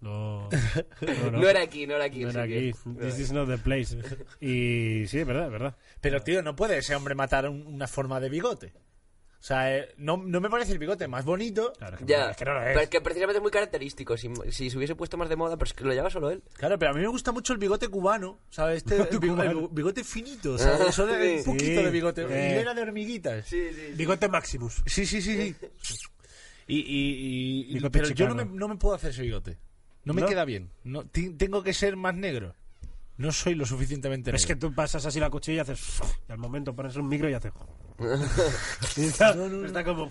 C: No. No,
D: No era aquí, no era aquí.
C: No
D: sí
C: era
D: que-
C: aquí.
D: <laughs>
C: This is not the place. Y sí, es verdad, es verdad.
B: Pero, tío, no puede ese hombre matar un- una forma de bigote. O sea, eh, no, no me parece el bigote más bonito.
C: Claro, es que
D: Ya,
C: es que no lo es.
D: pero es que precisamente es muy característico. Si, si se hubiese puesto más de moda, pero es que lo lleva solo él.
B: Claro, pero a mí me gusta mucho el bigote cubano, ¿sabes?
C: <laughs>
B: Este, el, bigo- el bigo- bigote finito, ¿sabes? Solo
D: Ah, Sí.
B: un poquito de bigote,
C: Sí. Eh.
B: hilera de hormiguitas.
D: Sí, sí.
C: Bigote Maximus.
B: Sí, sí, sí, sí. Y, y- y- y-
C: Bigote
B: pero yo no me,
C: chicano.
B: no me puedo hacer ese bigote. No me
C: ¿No?
B: queda bien. No, ti- tengo que ser más negro. No soy lo suficientemente
C: Pero es que
B: negro.
C: tú pasas así la cuchilla y haces. Y al momento pones un micro y haces. <laughs> Y está, está como.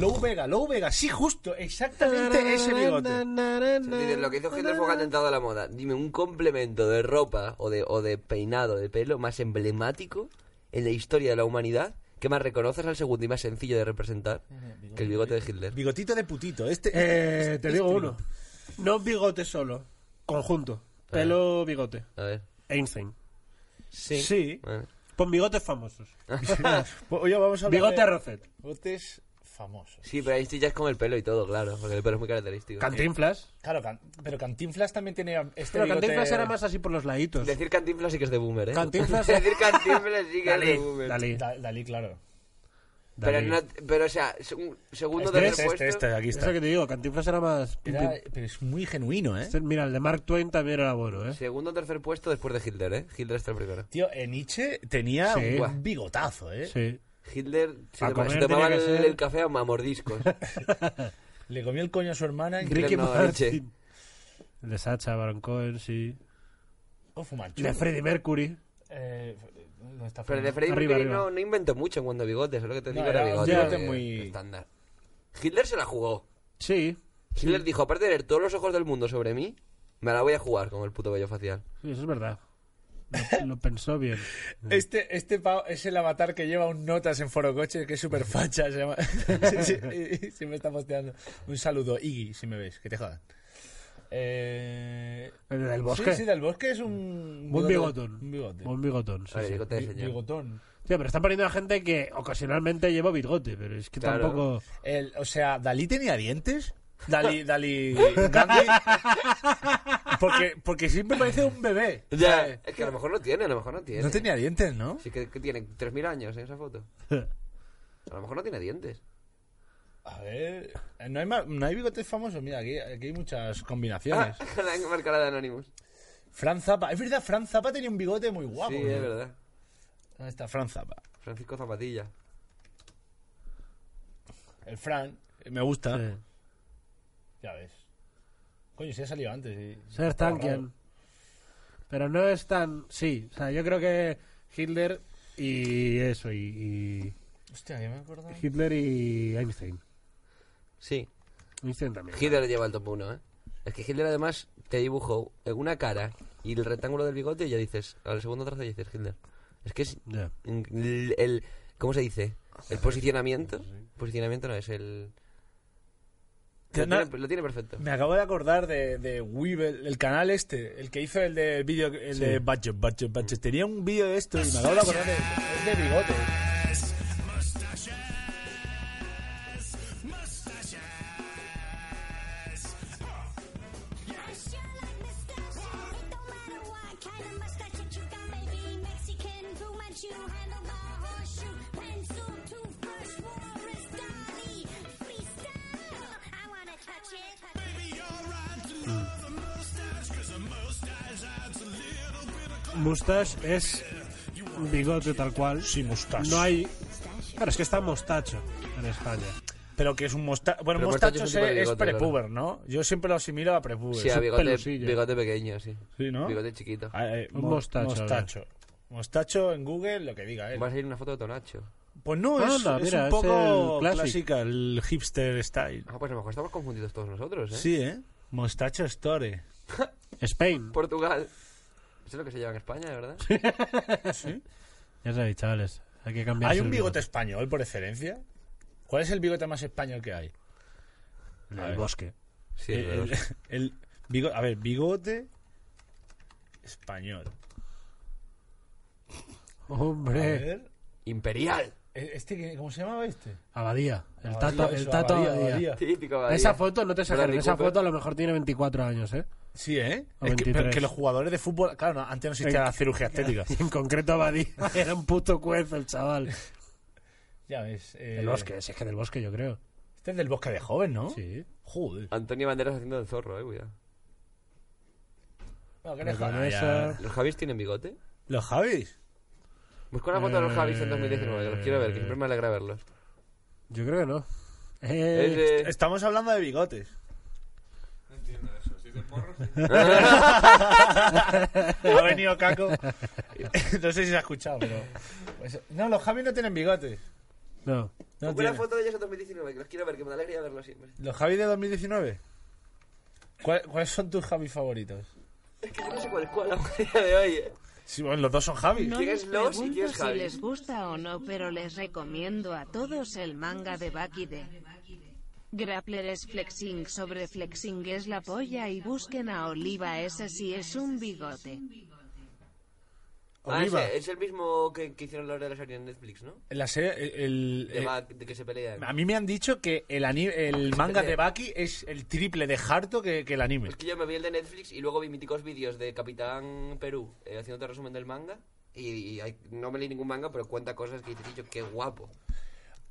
B: Low Vega, Low Vega, sí, justo, exactamente ese bigote.
D: Dices, lo que hizo Hitler fue un atentado a la moda. Dime un complemento de ropa o de, o de peinado de pelo más emblemático en la historia de la humanidad que más reconoces al segundo y más sencillo de representar que el Eh, bigote de Hitler.
B: Bigotito de putito. Este,
C: Eh,
B: este-
C: te digo
B: este
C: uno. No bigote solo. Conjunto. Pelo, bigote.
D: A ver.
C: Einstein.
D: Sí.
C: Sí.
D: Bueno.
C: Pon bigotes <laughs> famosos.
B: <laughs> Pues, Oye, vamos a hablar
C: Bigote
B: de
C: Rosset.
B: bigotes famosos.
D: Sí, pero ahí sí ya es con el pelo y todo, claro, porque el pelo es muy característico.
C: Cantinflas.
B: Claro, Can- pero Cantinflas también tenía este
C: Pero
B: bigote-
C: Cantinflas era más así por los laditos.
D: Decir <laughs> cantinflas sí que es de boomer, ¿eh?
C: Cantinflas-
D: Decir cantinflas sí que es de
C: Dalí.
D: boomer.
C: Dalí.
B: Da- Dalí, claro.
D: Pero,
B: Dalí.
D: en una- pero, o sea, un segundo
B: Este
D: de
B: es este,
D: repuesto.
B: este, aquí
C: Eso
B: está.
C: que te digo, Cantinflas era más...
H: Era- pero es muy genuino, ¿eh?
C: eh. Este- Mira, el de Mark Twain también era bueno, ¿eh?
D: Segundo o tercer puesto después de Hitler, ¿eh? Hitler está el primero.
H: Tío, eh, Nietzsche tenía
C: Sí.
H: un bigotazo, ¿eh?
C: Sí.
D: Hitler se,
C: Pa'
D: toma- se
C: comer
D: tomaba
C: tenía
D: el,
C: que ser-
D: el café a mordiscos.
H: Le comió el coño a su hermana y
D: Ricky
H: Hitler no-
D: Martin. Leche.
C: El de Sacha Baron Cohen, sí.
H: Oh, Fumanchu.
C: El de Freddie Mercury.
H: Eh, ¿dónde está
D: Pero el de
H: Fumanchu?
D: Freddie
C: Arriba,
D: Mercury
C: arriba.
D: no, no inventó mucho en cuanto a bigotes, es lo que te
H: No,
D: digo, era,
H: era un
D: bigote,
H: bigote
D: eh,
H: muy-
D: estándar. Hitler se la jugó.
C: Sí.
D: Hitler dijo, aparte de ver todos los ojos del mundo sobre mí, me la voy a jugar con el puto vello facial.
C: Sí, eso es verdad. Lo, lo pensó bien.
B: Este, este pavo es el avatar que lleva un notas en Foro Coche, que es súper facha. Se llama. <laughs> Sí, sí, sí, sí, me está posteando. Un saludo, Iggy, si me ves, que te jodan. Eh,
C: El del bosque.
B: Sí, sí, del bosque es <laughs> un.
C: Buen
B: bigote-
C: bigotón.
B: Un bigote.
C: Buen bigotón, sí,
D: Vale,
C: sí.
D: bigote de
B: Bi-
D: señor.
B: Bigotón.
C: Tío, pero están poniendo a gente que ocasionalmente lleva bigote, pero es que
B: <laughs>
D: Claro.
C: tampoco... <laughs>
H: El- o sea, ¿Dalí tenía dientes?
B: Dalí, Dalí. Gandhi. Porque, porque siempre parece un bebé.
D: Ya,
B: ¿sabes?
D: es que a lo mejor no tiene, a lo mejor no tiene.
H: No tenía dientes, ¿no?
D: Sí que, que tiene 3.000 años en esa foto. A lo mejor no tiene dientes.
B: A ver. eh, No hay, ma- no hay bigotes famosos. Mira, aquí, aquí hay muchas
D: Ah,
B: combinaciones.
D: <laughs> la han marcado la de Anonymous.
B: Fran Zappa. Es verdad, Fran Zappa tenía un bigote muy guapo.
D: sí,
B: ¿no?
D: es verdad.
B: ¿Dónde está Fran Zappa?
D: Francisco Zapatilla.
B: El Fran. eh, Me gusta.
C: Sí.
B: Ya ves. Coño, si ha salido antes. y-
C: Ser
B: Estaba raro.
C: Tankian. Pero no es tan... Sí, o sea, yo creo que Hitler y eso, y...
B: Hostia, que me he acordado.
C: y- Hitler y Einstein.
D: Sí.
C: Einstein también.
D: Hitler lleva el top 1, ¿eh? Es que Hitler además te dibujó en una cara y el rectángulo del bigote y ya dices, al segundo trazo ya dices Hitler. Es que es
C: Ya.
D: el, el- ¿cómo se dice? El posicionamiento. Posicionamiento no es el
B: Que
D: lo,
B: no-
D: tiene, lo tiene perfecto.
B: Me acabo de acordar de, de Weevil, el canal este, el que hizo el de vídeo, el de Badger, Badger, Badger. Tenía un vídeo de esto y me acabo de acordar de, es de bigote.
C: Mustache es bigote tal cual.
B: Sí, mustache.
C: No hay... Claro, es que está mostacho en España.
B: Pero que es un mostacho. Bueno,
D: Pero
B: mostacho
D: mostacho es
B: es,
D: un tipo de
B: es
D: bigote, claro.
B: prepuber, ¿no? Yo siempre lo asimilo a prepuber.
D: Sí, a
B: Es un
D: bigote,
B: pelusillo.
D: bigote pequeño, sí.
B: Sí, ¿no?
D: Bigote chiquito.
B: Ah, eh,
C: Un
B: mo-
C: mostacho,
B: Mostacho. Mostacho en Google, lo que diga él.
D: Va a salir una foto de Tonacho.
B: Pues no, es,
C: Anda,
B: es
C: mira,
B: un
C: es
B: poco
C: el classic.
B: clásica, el hipster style.
D: Ah, pues a lo mejor estamos confundidos todos nosotros, ¿eh?
B: Sí, ¿eh? Mostacho Store.
C: Spain.
D: Portugal. Eso es lo que se lleva en España, de verdad.
C: Ya sabéis, chavales. Hay que cambiar.
B: ¿Hay un bigote español por excelencia? ¿Cuál es el bigote más español que hay?
C: En el bosque.
D: Sí,
B: El-
D: pero-
B: el- <laughs> el bigo- a ver, bigote español. A
C: Hombre.
B: ver,
D: Imperial.
B: ¿e- este, qué- ¿Cómo se llamaba este?
C: Abadía. El
B: Abadía,
C: tato, el
B: eso,
C: tato
B: Abadía,
C: abadía.
B: Abadía.
D: Típico, Badía.
C: Esa foto, no te exageres,
D: Bradley
C: esa
D: Cooper.
C: foto a lo mejor tiene 24 años, ¿eh?
B: Sí, ¿eh? Es
C: 23.
B: que, pero que los jugadores de fútbol... Claro, no, antes no existía
C: Eh,
B: la cirugía
C: <laughs>
B: estética.
C: En concreto, Abadía era un puto juez, el chaval.
B: ya ves. eh,
C: Del bosque, si es que del bosque, yo creo.
B: Este es del bosque de joven, ¿no?
C: Sí.
B: Joder.
D: Antonio Banderas haciendo el zorro, eh, cuidado.
B: No, que
C: Pero
B: no
C: con
B: jodas,
C: esa-
B: ya.
D: ¿Los Javis tienen bigote?
B: ¿Los Javis?
D: Busca una foto de los Javis en 2019, que los quiero ver, que siempre me alegra verlos.
C: Yo creo que no.
D: Es
C: Eh,
D: de-
B: Estamos hablando de bigotes.
I: No entiendo eso. Si te porro,
B: <laughs>
I: sí.
B: Ha venido Caco. no sé si se ha escuchado, pero... pues- no, los Javis no tienen bigotes.
C: No.
B: No
D: Busca una
B: tienen.
D: foto de ellos en 2019, que los quiero ver, que me alegra verlos siempre.
B: ¿Los Javis de 2019? ¿Cuál- ¿Cuáles son tus Javis favoritos?
D: Es que yo no sé cuál <laughs> es cuál a día de hoy, eh.
B: Sí, bueno, los dos son Javis.
F: No
D: ¿Quién
F: les
D: es Los y
F: pregunto
D: quién es
F: si
D: Javi?
F: les gusta o no, pero les recomiendo a todos el manga de Baki de Grappler es flexing sobre flexing es la polla y busquen a Oliva ese sí es un bigote.
D: Ah,
B: Oliva.
D: ese- es el mismo que, que hicieron la hora de la serie en Netflix, ¿no?
B: La serie, el- el-
D: De, Mac- de que se pelean.
B: eh, a mí me han dicho que el, ani- el manga de Baki es el triple de harto que, que el anime.
D: Es que yo me vi el de Netflix y luego vi míticos vídeos de Capitán Perú eh, haciendo resumen del manga. Y, y hay- no me leí ningún manga, pero cuenta cosas que dices, "Yo, qué guapo.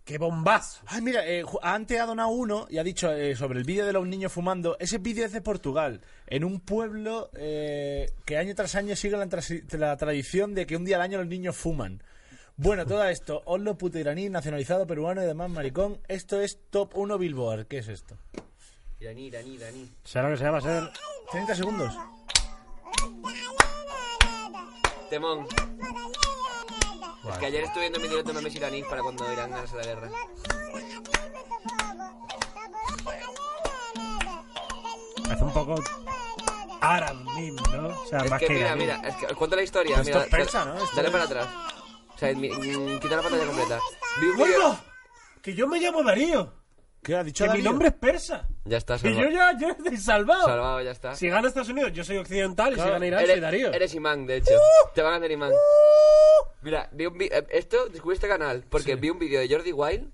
C: ¡Qué bombazo!
B: Ay, mira, eh, ju- antes ha donado uno y ha dicho eh, sobre el vídeo de los niños fumando. Ese vídeo es de Portugal, en un pueblo eh, que año tras año sigue la, trasi- la tradición de que un día al año los niños fuman. Bueno, todo esto, Oslo puto iraní, nacionalizado peruano y demás maricón. Esto es Top 1 Billboard. ¿Qué es esto?
D: Iraní, iraní, iraní.
C: ¿Sabes lo que se llama ser?
B: 30 segundos.
D: Temón. Es que ayer estuve viendo mi directo memes iraníes para cuando Irán ganase la guerra.
C: Hace un poco árabe, ¿no? O
B: Ah,
C: sea,
D: Es
C: más
D: que,
C: que
D: mira,
C: iraní.
D: mira, es que, cuento la historia.
B: Pero
D: mira,
B: esto es persa, ¿no? Esto
D: Dale
B: es-
D: para atrás. O sea, mi- mm, quita la pantalla completa. Vi un vídeo-
C: ¡Bueno! Que yo me llamo Darío.
B: ¿Qué ha dicho
C: Que mi
B: Darío?
C: nombre es persa.
D: Ya está,
C: Que yo
D: salvado.
C: ya, yo estoy salvado.
D: Salvado, ya está.
C: Si gana Estados Unidos, yo soy occidental. Y si gana Irán, soy
D: eres,
C: Darío.
D: eres imán, de hecho. Te van a hacer imán. Mira, vi un vi- eh, esto descubrí este canal porque vi un vídeo de Jordi Wild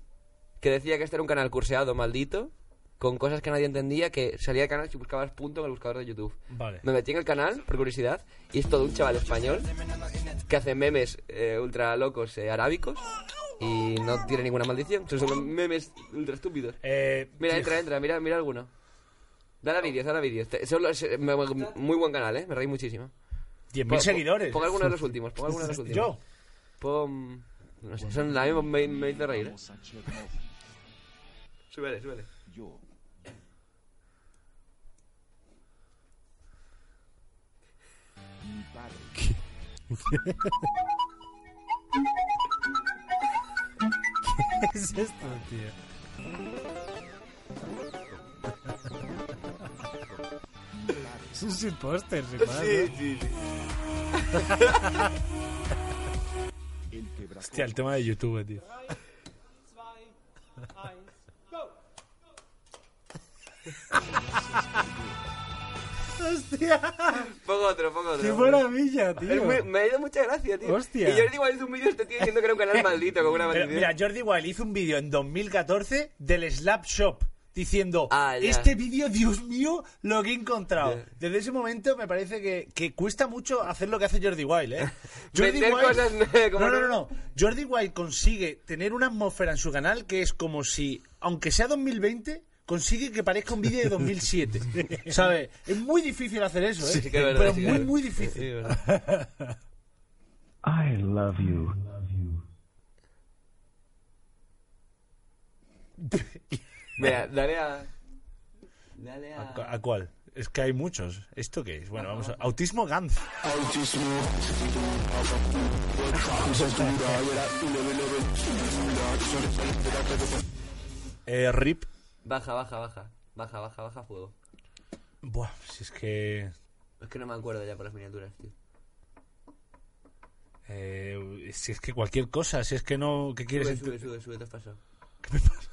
D: que decía que este era un canal curseado, maldito, con cosas que nadie entendía, que salía del canal si buscabas punto en el buscador de YouTube.
B: Vale.
D: Me metí en el canal, por curiosidad, y es todo un chaval español que hace memes eh, ultra locos eh, arábicos y no tiene ninguna maldición. Son solo memes ultra estúpidos.
B: Eh,
D: Mira, entra, entra, mira, mira alguno. Dale a vídeos, dale a vídeos. Te- son los- eh, me- me- muy buen canal, eh. Me reí muchísimo.
B: 10.000
D: Pon-
B: seguidores.
D: Pon alguno de los últimos, pon alguno de los últimos.
B: <laughs> Yo.
D: Pon. No sé, son la misma, me, me hizo reír, eh. Súbele, súbele.
C: ¿Qué <laughs> es esto, tío? <laughs> Es un sin póster, sin más, ¿no?
B: Hostia, el tema de YouTube, tío.
D: Pon otro, pon otro.
C: ¡Qué maravilla,
D: Es
C: tío!
D: muy- me ha ido mucha gracia, tío.
C: Hostia.
D: Y yo digo, es un vídeo este tío diciendo que era un canal maldito con una
B: Pero,
D: maldición.
B: mira, Jordi Wild hizo un vídeo en 2014 del Slap Shop diciendo,
D: Ah, ya.
B: este vídeo, Dios mío, lo que he encontrado.
D: Ya.
B: Desde ese momento me parece que, que cuesta mucho hacer lo que hace Jordi Wild,
D: <laughs>
B: ¿eh? Jordi
D: Vender cosas nuevas,
B: no,
D: como
B: no, no,
D: no.
B: no. Jordi Wild consigue tener una atmósfera en su canal que es como si, aunque sea 2020... Consigue que parezca un vídeo de
D: <laughs>
B: 2007. ¿Sabes? Es muy difícil hacer eso, ¿eh?
D: Sí, sí que es verdad,
B: Pero
D: sí que es
B: muy,
D: verdad.
B: muy
D: Sí,
B: difícil.
D: es verdad.
H: I love you.
D: Mira, dale a. Dale a.
B: ¿A cuál? Es que hay muchos. ¿Esto qué es? Bueno, vamos a... Autismo Gantz. Eh, Rip.
D: Baja, baja, baja. Baja, baja, baja, fuego.
B: Buah, si es que...
D: Es que no me acuerdo ya por las miniaturas, tío.
B: eh, si es que cualquier cosa, si es que no... ¿Qué quieres?
D: Sube,
C: Pues,
B: ent-
D: sube, sube, sube, te has pasado. ¿Qué me pasa?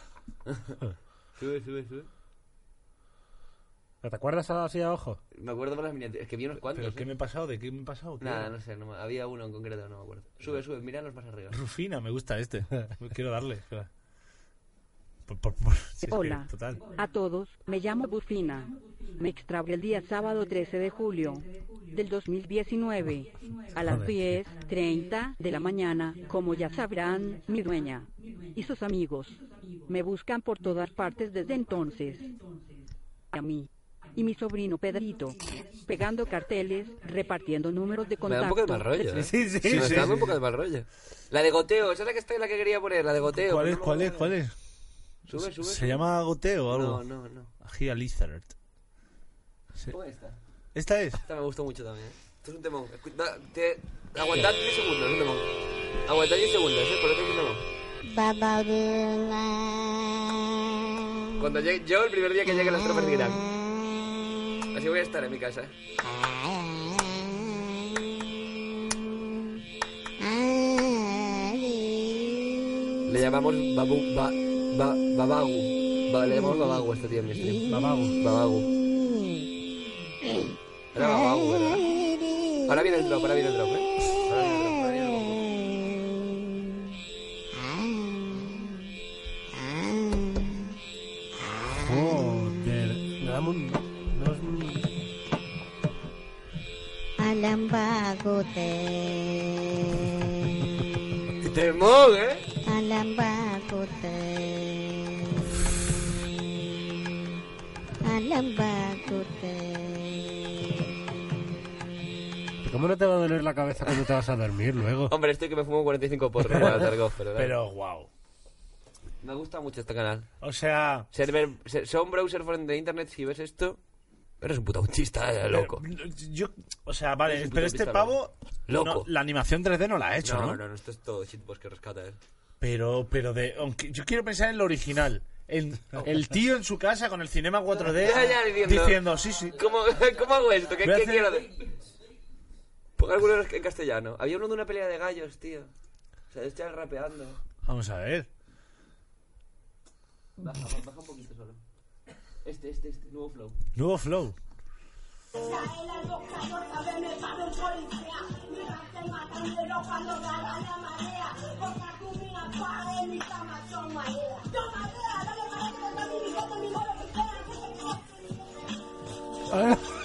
D: <laughs> sube, sube, sube.
C: ¿Pero ¿Te acuerdas ahora así a ojo?
D: Me acuerdo por las miniaturas. Es que vi unos cuantos.
B: ¿Pero
D: ¿eh?
B: qué me he pasado? ¿De qué me he pasado? ¿Qué
D: Nada,
B: era?
D: no sé, no me- había uno en concreto, no me acuerdo. Sube, sube, mira los más arriba.
B: Rufina, me gusta
C: <laughs>
B: este. Quiero darle. espera. Por- por- por- si es que,
J: Hola.
B: total.
J: A todos, me llamo Bufina. Me extravié el día sábado 13 de julio del 2019 a las 10.30 de la mañana, como ya sabrán, mi dueña y sus amigos me buscan por todas partes desde entonces. A mí y mi sobrino Pedrito, pegando carteles, repartiendo números de
D: Me da un
J: contacto.
D: poco de mal rollo. ¿eh?
B: Sí, sí,
D: me
B: sí,
D: está dando
B: sí,
D: un poco de mal rollo. La de goteo, esa es la que, está, la que quería poner, la de goteo.
B: ¿Cuál
D: pero
B: es?
D: no me
B: ¿Cuál es?
D: acuerdo.
B: ¿Cuál es?
D: Sube, sube.
B: ¿Se
D: sube.
B: llama goteo o algo?
D: No, no, no.
B: Gia Lizard.
D: ¿Cómo está?
B: ¿Esta es?
D: Esta me gustó mucho también. ¿eh? Esto es un temón. Escu- da- te- Aguantad 10 segundos, es un temón. Aguantad 10 segundos, ¿eh? Por otro es un temón. Cuando llegue, yo el primer día que llegue las tropas dirán. Así voy a estar en mi casa. Le llamamos babu, ba, ba, babagu. Ba- le llamamos babagu a este tío en mi stream. Babagu. Babagu. Era babagu, ¿verdad? Ahora viene el drop, ahora viene el drop, ¿eh? <laughs> Ahora viene el drop, ahora viene el drop.
C: Joder. Me da un... No es un...
D: Temón, ¿eh? Este
J: Alambaco
K: Hotel. Alamba Hotel.
C: ¿Cómo no te va a doler la cabeza cuando te vas a dormir luego?
D: Hombre, estoy que me fumo 45 <laughs> porros para Tarkov, pero...
B: Pero, wow.
D: Me gusta mucho este canal.
B: O sea...
D: Server, ser, ser un browser foreign de internet, si ves esto... Eres un puto autista, eh, loco.
B: Pero, yo, o sea, vale,
D: Eres un
B: pero
D: puto
B: este
D: pistola.
B: pavo.
D: Loco.
B: no, la animación 3D no la ha hecho, ¿no?
D: no, no, esto es todo shitbox que rescata, eh.
B: Pero, pero de. Aunque, yo quiero pensar en lo original. En, el tío en su casa con el cinema 4D
D: Ya, ya, diciendo-
B: diciendo, sí, sí.
D: ¿Cómo, <laughs> cómo hago esto? ¿Qué,
B: Voy a
D: qué
B: hacer-
D: quiero hacer? Pues- Pon alguno en castellano. Había uno de una pelea de gallos, tío. O sea, está rapeando.
B: Vamos a ver.
D: Baja, baja un poquito solo. Este, este, este, nuevo flow.
B: Nuevo flow.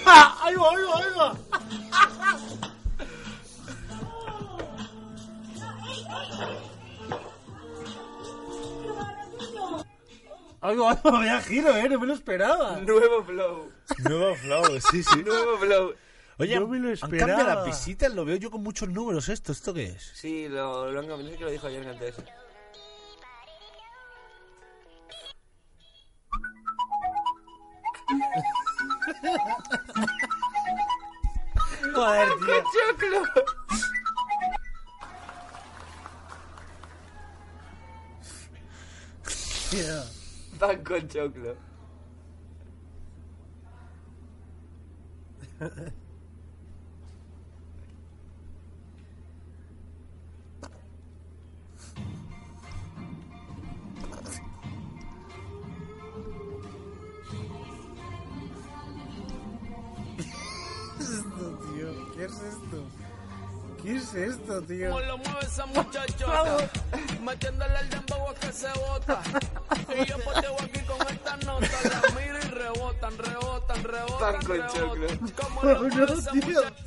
C: Ah,
H: ¡Ahí va, ahí va, ahí va!
C: Algo, algo, vaya giro, eh, no me lo esperaba.
D: Nuevo flow.
B: Nuevo <laughs> flow, sí, sí.
D: Nuevo flow.
B: Oye,
C: No me lo
B: han cambiado
C: esperaba.
B: las visitas, lo veo yo con muchos números esto. ¿Esto qué es?
D: Sí, lo, lo han cambiado. No sé que lo dijo ayer antes.
H: Joder, tío.
D: ¡Choclo! Pan con choclo.
H: esto, tío? ¿Qué es esto? ¿Qué es esto, tío?
L: Como lo mueve esa muchachota, metiéndole el dembow a que se bota. Y yo poteo aquí con estas notas, las miro y rebotan, rebotan, rebotan.
D: Pan con choclo.
L: Como lo
H: No,
L: mueve esa
H: tío.
L: muchachota.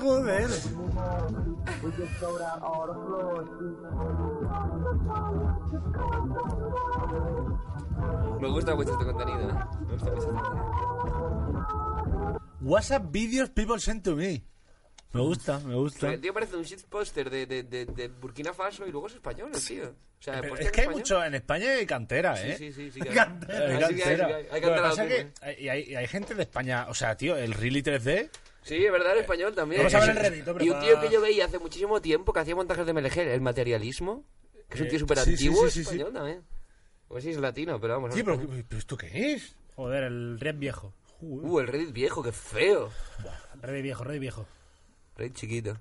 H: Joder.
D: Me gusta mucho este contenido. ¿eh? Me gusta mucho este contenido.
B: WhatsApp videos people sent to me. Me gusta, me gusta.
D: El tío parece un shitposter de, de, de, de Burkina Faso y luego es español, el tío. O sea,
B: Pero
D: postean
B: es que hay
D: español.
B: mucho en España hay cantera,
D: Sí,
B: ¿eh?
D: sí, sí,
B: <laughs>
D: sí que hay.
B: Cantera.
D: Hay
B: Hay
D: cantera.
B: cantera.
D: Hay- hay
B: Lo que
D: cantera ¿eh?
B: pasa es
D: autónoma,
B: que hay, hay- hay gente de España, o sea, tío, el Really 3D.
D: Sí, es verdad, el español también.
B: Vamos a ver el Reddit, hombre,
D: Y un
B: para-
D: tío que yo veía hace muchísimo tiempo que hacía montajes de MLG, el materialismo, que es un
B: Eh,
D: tío súper
B: sí, sí,
D: antiguo,
B: sí, sí, sí.
D: español también. Pues sí, es latino, pero vamos.
B: Tío,
D: no-
B: pero, pero ¿esto qué es?
C: Joder, el red viejo.
D: Uh, el Reddit viejo, qué feo.
C: Red viejo, red viejo.
D: Reddit chiquito.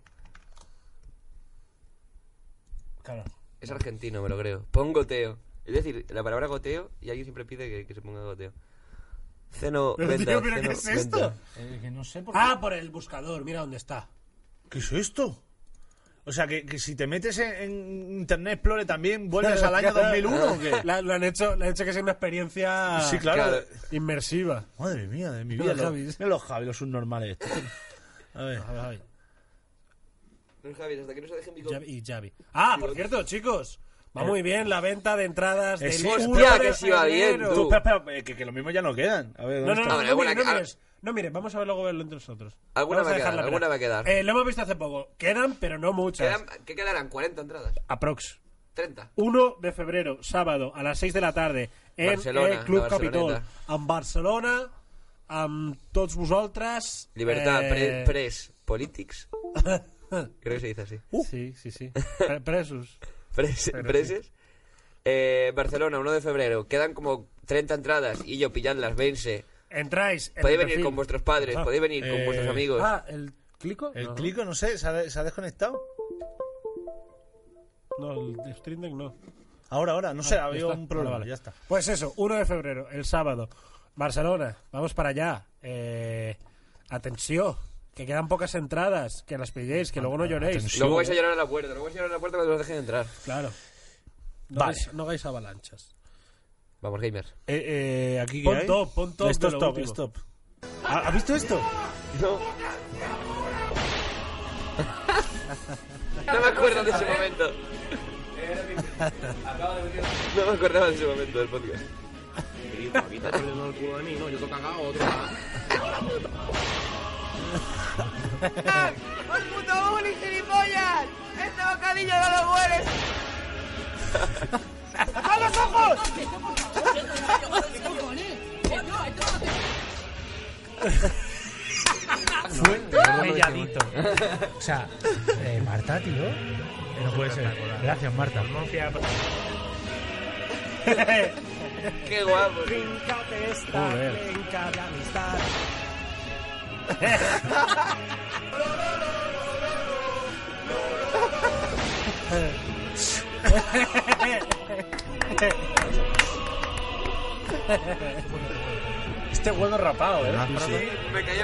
C: Claro.
D: Es argentino, me lo creo. Pon goteo. Es decir, la palabra goteo y alguien siempre pide que, que se ponga goteo. Ceno,
B: Pero,
D: venta,
B: tío, ¿pero qué
D: ceno,
B: es
D: venta.
B: esto? Eh, que no sé por qué.
C: Ah, por el buscador, mira dónde está.
B: ¿Qué es esto? O sea, que, que si te metes en, en Internet Explorer también vuelves al año 2001 o qué?
C: La- lo, han hecho, lo han hecho que sea una experiencia
B: Sí, claro.
D: Claro.
C: inmersiva.
B: Madre mía, de mi
C: Mira
B: vida.
C: los
B: lo-
C: Javis.
B: Mira los Javi, los subnormales.
C: <laughs>
B: estos. A ver.
D: Pero Javi, hasta que no se deje mi
C: Javi- Y Javi. Ah, por cierto, chicos, va muy bien la venta de entradas del
B: Eh, sí,
C: uno
D: Eh. hostia,
C: de
D: que sí va bien,
C: febrero.
D: tú.
B: Tú, espera, espera, eh, que, que lo mismo ya no quedan. A ver, ¿dónde
C: No, no,
B: está?
C: no,
D: Ahora,
C: no,
D: alguna-
C: mires, no
D: ahora-
C: mires. No mires, vamos a ver luego verlo entre nosotros.
D: Alguna
C: Vamos
D: va a
C: dejar
D: quedar,
C: la
D: alguna
C: pena.
D: va a quedar.
C: Eh, lo hemos visto hace poco. Quedan, pero no muchas.
D: Quedan- ¿Qué quedarán? ¿40 entradas?
C: Aprox.
D: 30.
C: 1 de febrero, sábado, a las 6 de la tarde, en
D: Barcelona,
C: el Club
D: la
C: Capitol,
D: Barceloneta.
C: en Barcelona, amb tots vosaltres...
D: Libertad,
C: eh,
D: pre- pres,
B: <laughs>
D: politics. Creo que se dice así.
C: Sí, sí, sí. Pre- Presos.
D: Pres-
C: Pero
D: preses. Eh, Barcelona, 1 de febrero. Quedan como 30 entradas y yo pilladlas, vense.
C: Entráis en el
D: Podéis venir
C: perfil.
D: con vuestros padres,
B: Ah,
D: podéis venir con
B: eh,
D: vuestros amigos.
C: Ah, ¿el clico?
B: El
C: no.
B: clico, no sé, ¿se ha, de- se ha desconectado?
C: No, el de Stream Deck no.
B: Ahora, ahora, no sé,
C: Ah, ya
B: había
C: está.
B: un problema,
C: Vale, vale.
B: ya está.
C: Pues eso, 1 de febrero, el sábado. Barcelona, vamos para allá. Eh, atención, que quedan pocas entradas, que las pilléis, que luego no lloréis.
B: Ah, Atención.
D: Luego vais a llorar a la puerta, luego vais a llorar a la puerta cuando os dejen entrar.
C: Claro. No
B: Vale.
C: hagáis- no hagáis avalanchas.
D: Vamos, gamers.
B: Eh, eh, aquí que
C: Pon
B: hay.
C: top, pon top
B: Esto
C: de
B: es
C: lo
B: top,
C: último.
B: es top. ¿Ha- ¿Has visto esto?
D: No. no me acuerdo de ese momento. No me acordaba de ese momento del podcast.
L: no, yo toco acá, otro acá.
M: ¡Os puto bully, gilipollas! ¡Este bocadillo no lo mueres! ¡A los ojos!
C: Fue
E: melladito.
C: O sea, eh, Marta, tío. No puede ser. Gracias, Marta.
D: Qué guapo.
L: Brincate esta,
C: Joder.
L: brinca de amistad.
B: Este bueno rapado, ¿eh?
D: Me callé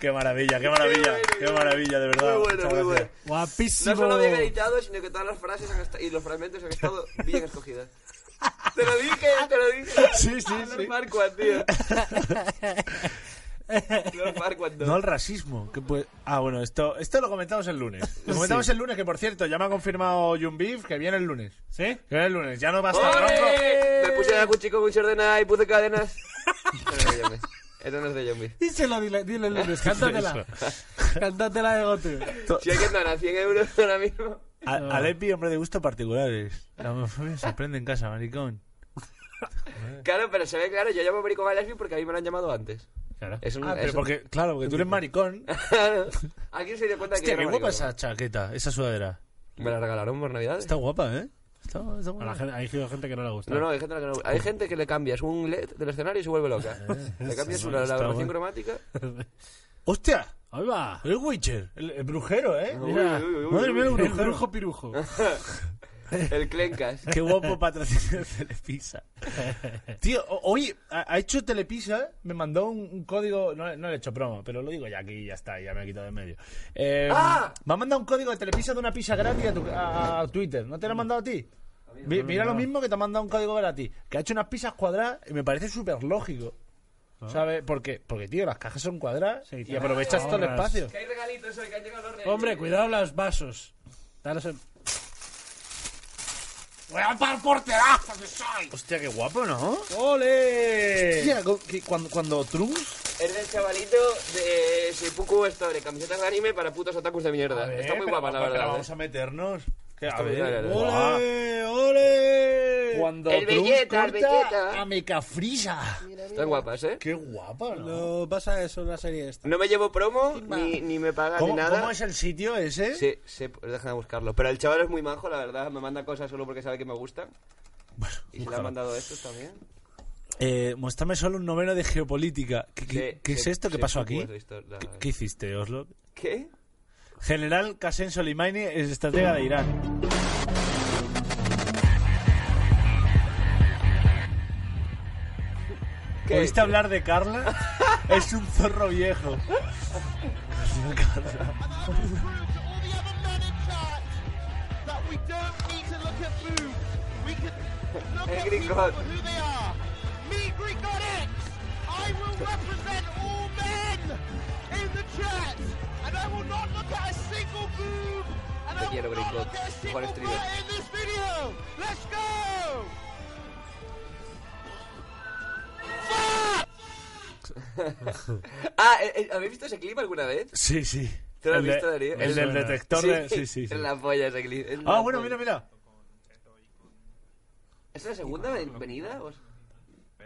B: Qué maravilla, qué maravilla, qué maravilla, de verdad.
D: Muy bueno,
B: Muchas
D: muy
B: gracias.
D: bueno.
C: Guapísimo.
D: No solo bien editado, sino que todas las frases han esta- y los fragmentos han estado bien escogidos. Te lo dije, te lo dije.
B: Sí, sí,
D: Lord
B: sí.
D: Farquaad, tío. Lord Farquaad, eh. no. <laughs>
B: No al racismo. que puede- Ah, bueno, esto, esto lo comentamos el lunes. Lo comentamos el lunes, que por cierto, ya me ha confirmado Jun Beef que viene el lunes.
C: ¿Sí?
B: Que viene el lunes. Ya no va a estar ronco.
D: ¡Ole! Me puse a un chico con chordena y puse cadenas. Esto no es de Yombi. Esto no es de Yombi.
E: Díselo, dile, dile el lunes, cántatela. cántatela de gote.
D: Si hay que andar a 100 euros ahora mismo.
B: A- Alepi, hombre de gustos particulares. La homofobia se aprende en casa, maricón.
D: Claro, pero se ve claro, yo llamo maricón a lesbi porque a mí me lo han llamado antes. <laughs>
B: Claro.
D: Es un-
B: ah, pero
D: es un-
B: porque, claro, porque tú eres maricón.
D: Claro. ¿Alguien se dio cuenta que
B: Hostia,
D: yo
B: qué
D: era
B: guapa
D: maricón?
B: esa chaqueta, esa sudadera.
D: Me la regalaron por Navidades.
B: Está guapa, ¿eh? Está, está
C: A
B: buena.
C: la gente, hay gente que no le gusta.
D: No, no, hay gente, a la que no- hay gente que le cambias un LED del escenario y se vuelve
B: <laughs>
D: loca. Le cambias
B: Sí,
D: una, la
B: está
D: grabación
B: bueno.
D: cromática.
B: ¡Hostia!
C: Ahí va.
B: El Witcher, el, el brujero, ¿eh?
D: Uy,
B: Mira.
D: uy, uy, uy,
B: Madre mía, el
D: uy.
B: brujero.
C: Brujo pirujo.
B: <laughs>
D: El Clencas.
B: Qué guapo patrocinio de Telepisa. Tío, o- hoy ha ha hecho Telepisa, me mandó un, un código, no, no le he hecho promo, pero lo digo ya aquí y ya está, ya me he quitado de en medio. Eh,
D: ¡Ah!
B: Me ha mandado un código de Telepisa de una pizza gratis a, tu- a- a Twitter, ¿no te lo ha mandado a ti? Mi- mira lo mismo que te ha mandado un código gratis, que ha hecho unas pizzas cuadradas y me parece súper lógico. ¿Sabes? Porque, porque, tío, las cajas son cuadradas
C: Ah. Sí,
B: y
C: tío.
B: aprovechas todo el
C: Ahorras.
B: espacio.
D: hay regalitos hoy que han llegado los reyes.
C: Hombre, cuidado los vasos. Daros el... ¡Voy a par porterazo que soy!
B: Hostia, qué guapo, ¿no?
C: ¡Ole!
B: Hostia, co- que cuando, cuando Trunks
D: Es del chavalito de Seppuku Store, camisetas de anime para putos otakus de mierda.
B: ver,
D: Está muy
B: pero
D: guapa, la
B: pero
D: verdad. ¿eh?
B: vamos a meternos. Que, a
D: muy
B: ver,
D: bien,
B: guau.
C: ¡Ole!
B: Cuando
D: El
B: Trunks
D: Vegeta, el
B: corta
D: Vegeta.
B: a Mecafrisa.
D: Están guapas, ¿eh?
B: Qué guapa, ¿no?
E: Lo pasa eso en la serie esta.
D: No me llevo promo, ni, ni me paga ni
B: ¿Cómo,
D: nada.
B: cómo es el sitio ese?
D: Sí, sí, déjame buscarlo. Pero el chaval es muy majo, la verdad. Me manda cosas solo porque sabe que me gustan. y se le
B: búscalo.
D: han mandado estos también.
B: Eh, muéstrame solo un noveno de geopolítica. ¿Qué, qué-
D: Sí,
B: qué es
D: sí,
B: esto que
D: sí,
B: pasó
D: sí,
B: aquí?
D: pues, esto, la-
B: ¿Qué, qué hiciste, Oslo?
D: ¿Qué?
B: General Qasem Soleimani es estratega de Irán.
D: ¿Qué?
B: ¿Oíste hablar de Carla? es un zorro viejo.
D: El gringo. Te quiero, gringo. Mejor streamer. Ah, eh, eh, ¿habéis visto ese clip alguna vez?
B: Sí, sí.
D: ¿Te lo has
B: El de-
D: visto, Darío?
B: El del
D: Suena.
B: detector de... Sí, sí, sí.
D: Es la polla ese clip. es
B: Ah,
D: la
B: bueno, mira,
D: polla.
B: mira.
D: ¿Es la segunda ven- venida? Os-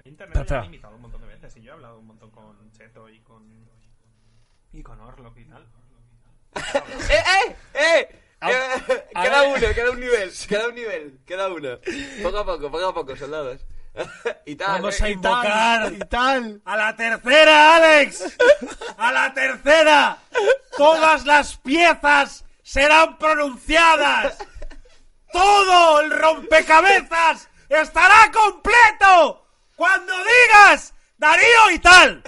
I: Internet
B: Espera,
I: me
B: espera.
I: ha invitado un montón de veces y yo he hablado un montón con Cheto y con. y con Orlok y tal.
D: ¡Eh, eh! ¡Eh!
B: Ah,
D: Eh,
B: a
D: Queda
B: ver.
D: uno, queda un nivel, queda un nivel, queda uno. Poco a poco, poco a poco, soldados. <laughs> y tal,
C: Vamos
D: eh,
C: a
D: y
C: invocar
B: Y tal.
C: a la tercera, Alex. A la tercera. Todas las piezas serán pronunciadas. Todo el rompecabezas estará completo cuando digas Darío y tal.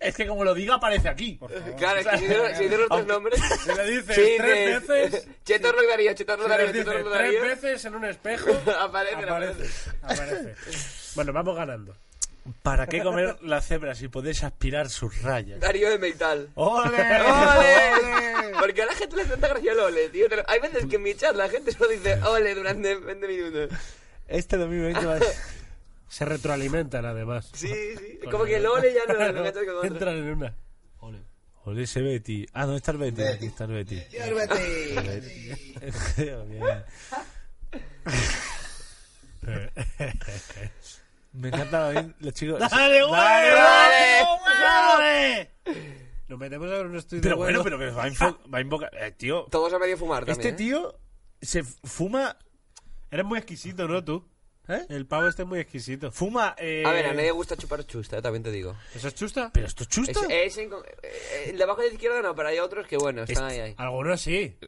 B: Es que como lo diga, aparece aquí.
D: Claro, es que si hicieron, si hicieron los tres nombres.
C: Se lo dices
D: Sí,
C: tres
D: de-
C: veces.
D: <laughs> Cheto Orlok Darío, Cheto Orlok
C: se lo
D: Darío,
C: dices
D: Cheto Orlok
C: tres <laughs>
D: Darío.
C: veces en un espejo.
D: Aparece, aparece.
C: aparece. Bueno, vamos ganando.
B: ¿Para qué comer la cebra si podéis aspirar sus rayas?
D: Darío de Meital.
B: ¡Ole!
D: ¡Ole! <laughs> Porque a la gente le hace tanta gracia el ole, tío. Pero hay veces que en mi chat la gente solo dice ole durante 20 minutos.
B: Este 2020 va a
C: Se retroalimentan además.
D: Sí, sí. Como que el ole ya
B: <laughs>
D: no lo engancha con otro.
C: Entran en una. Ole.
B: Ole ese Betty. Ah, ¿dónde está el Betty? Aquí está el Betty. Bien. <laughs> Me encanta bien los chicos.
C: <laughs> ¡Dale, güey!
B: ¡Dale,
C: ¡Dale! Nos metemos a ver un estudio
B: Pero
C: de Ah.
B: bueno,
C: huevos.
B: pero que va a, info- va a invocar. Eh, tío,
D: Todos a medio fumar también.
B: este
D: ¿eh?
B: tío se f- fuma. ¿Eh?
C: Eres muy exquisito, ¿no, tú? El pavo este es muy exquisito.
B: Fuma. eh,
D: A ver, a nadie le gusta chupar chusta, eh, también te digo.
C: ¿Eso es chusta?
B: Pero esto es
D: Es,
B: chusta.
D: es en- eh, el de abajo de la izquierda no, pero hay otros que bueno, están ahí, ahí.
C: Algunos sí.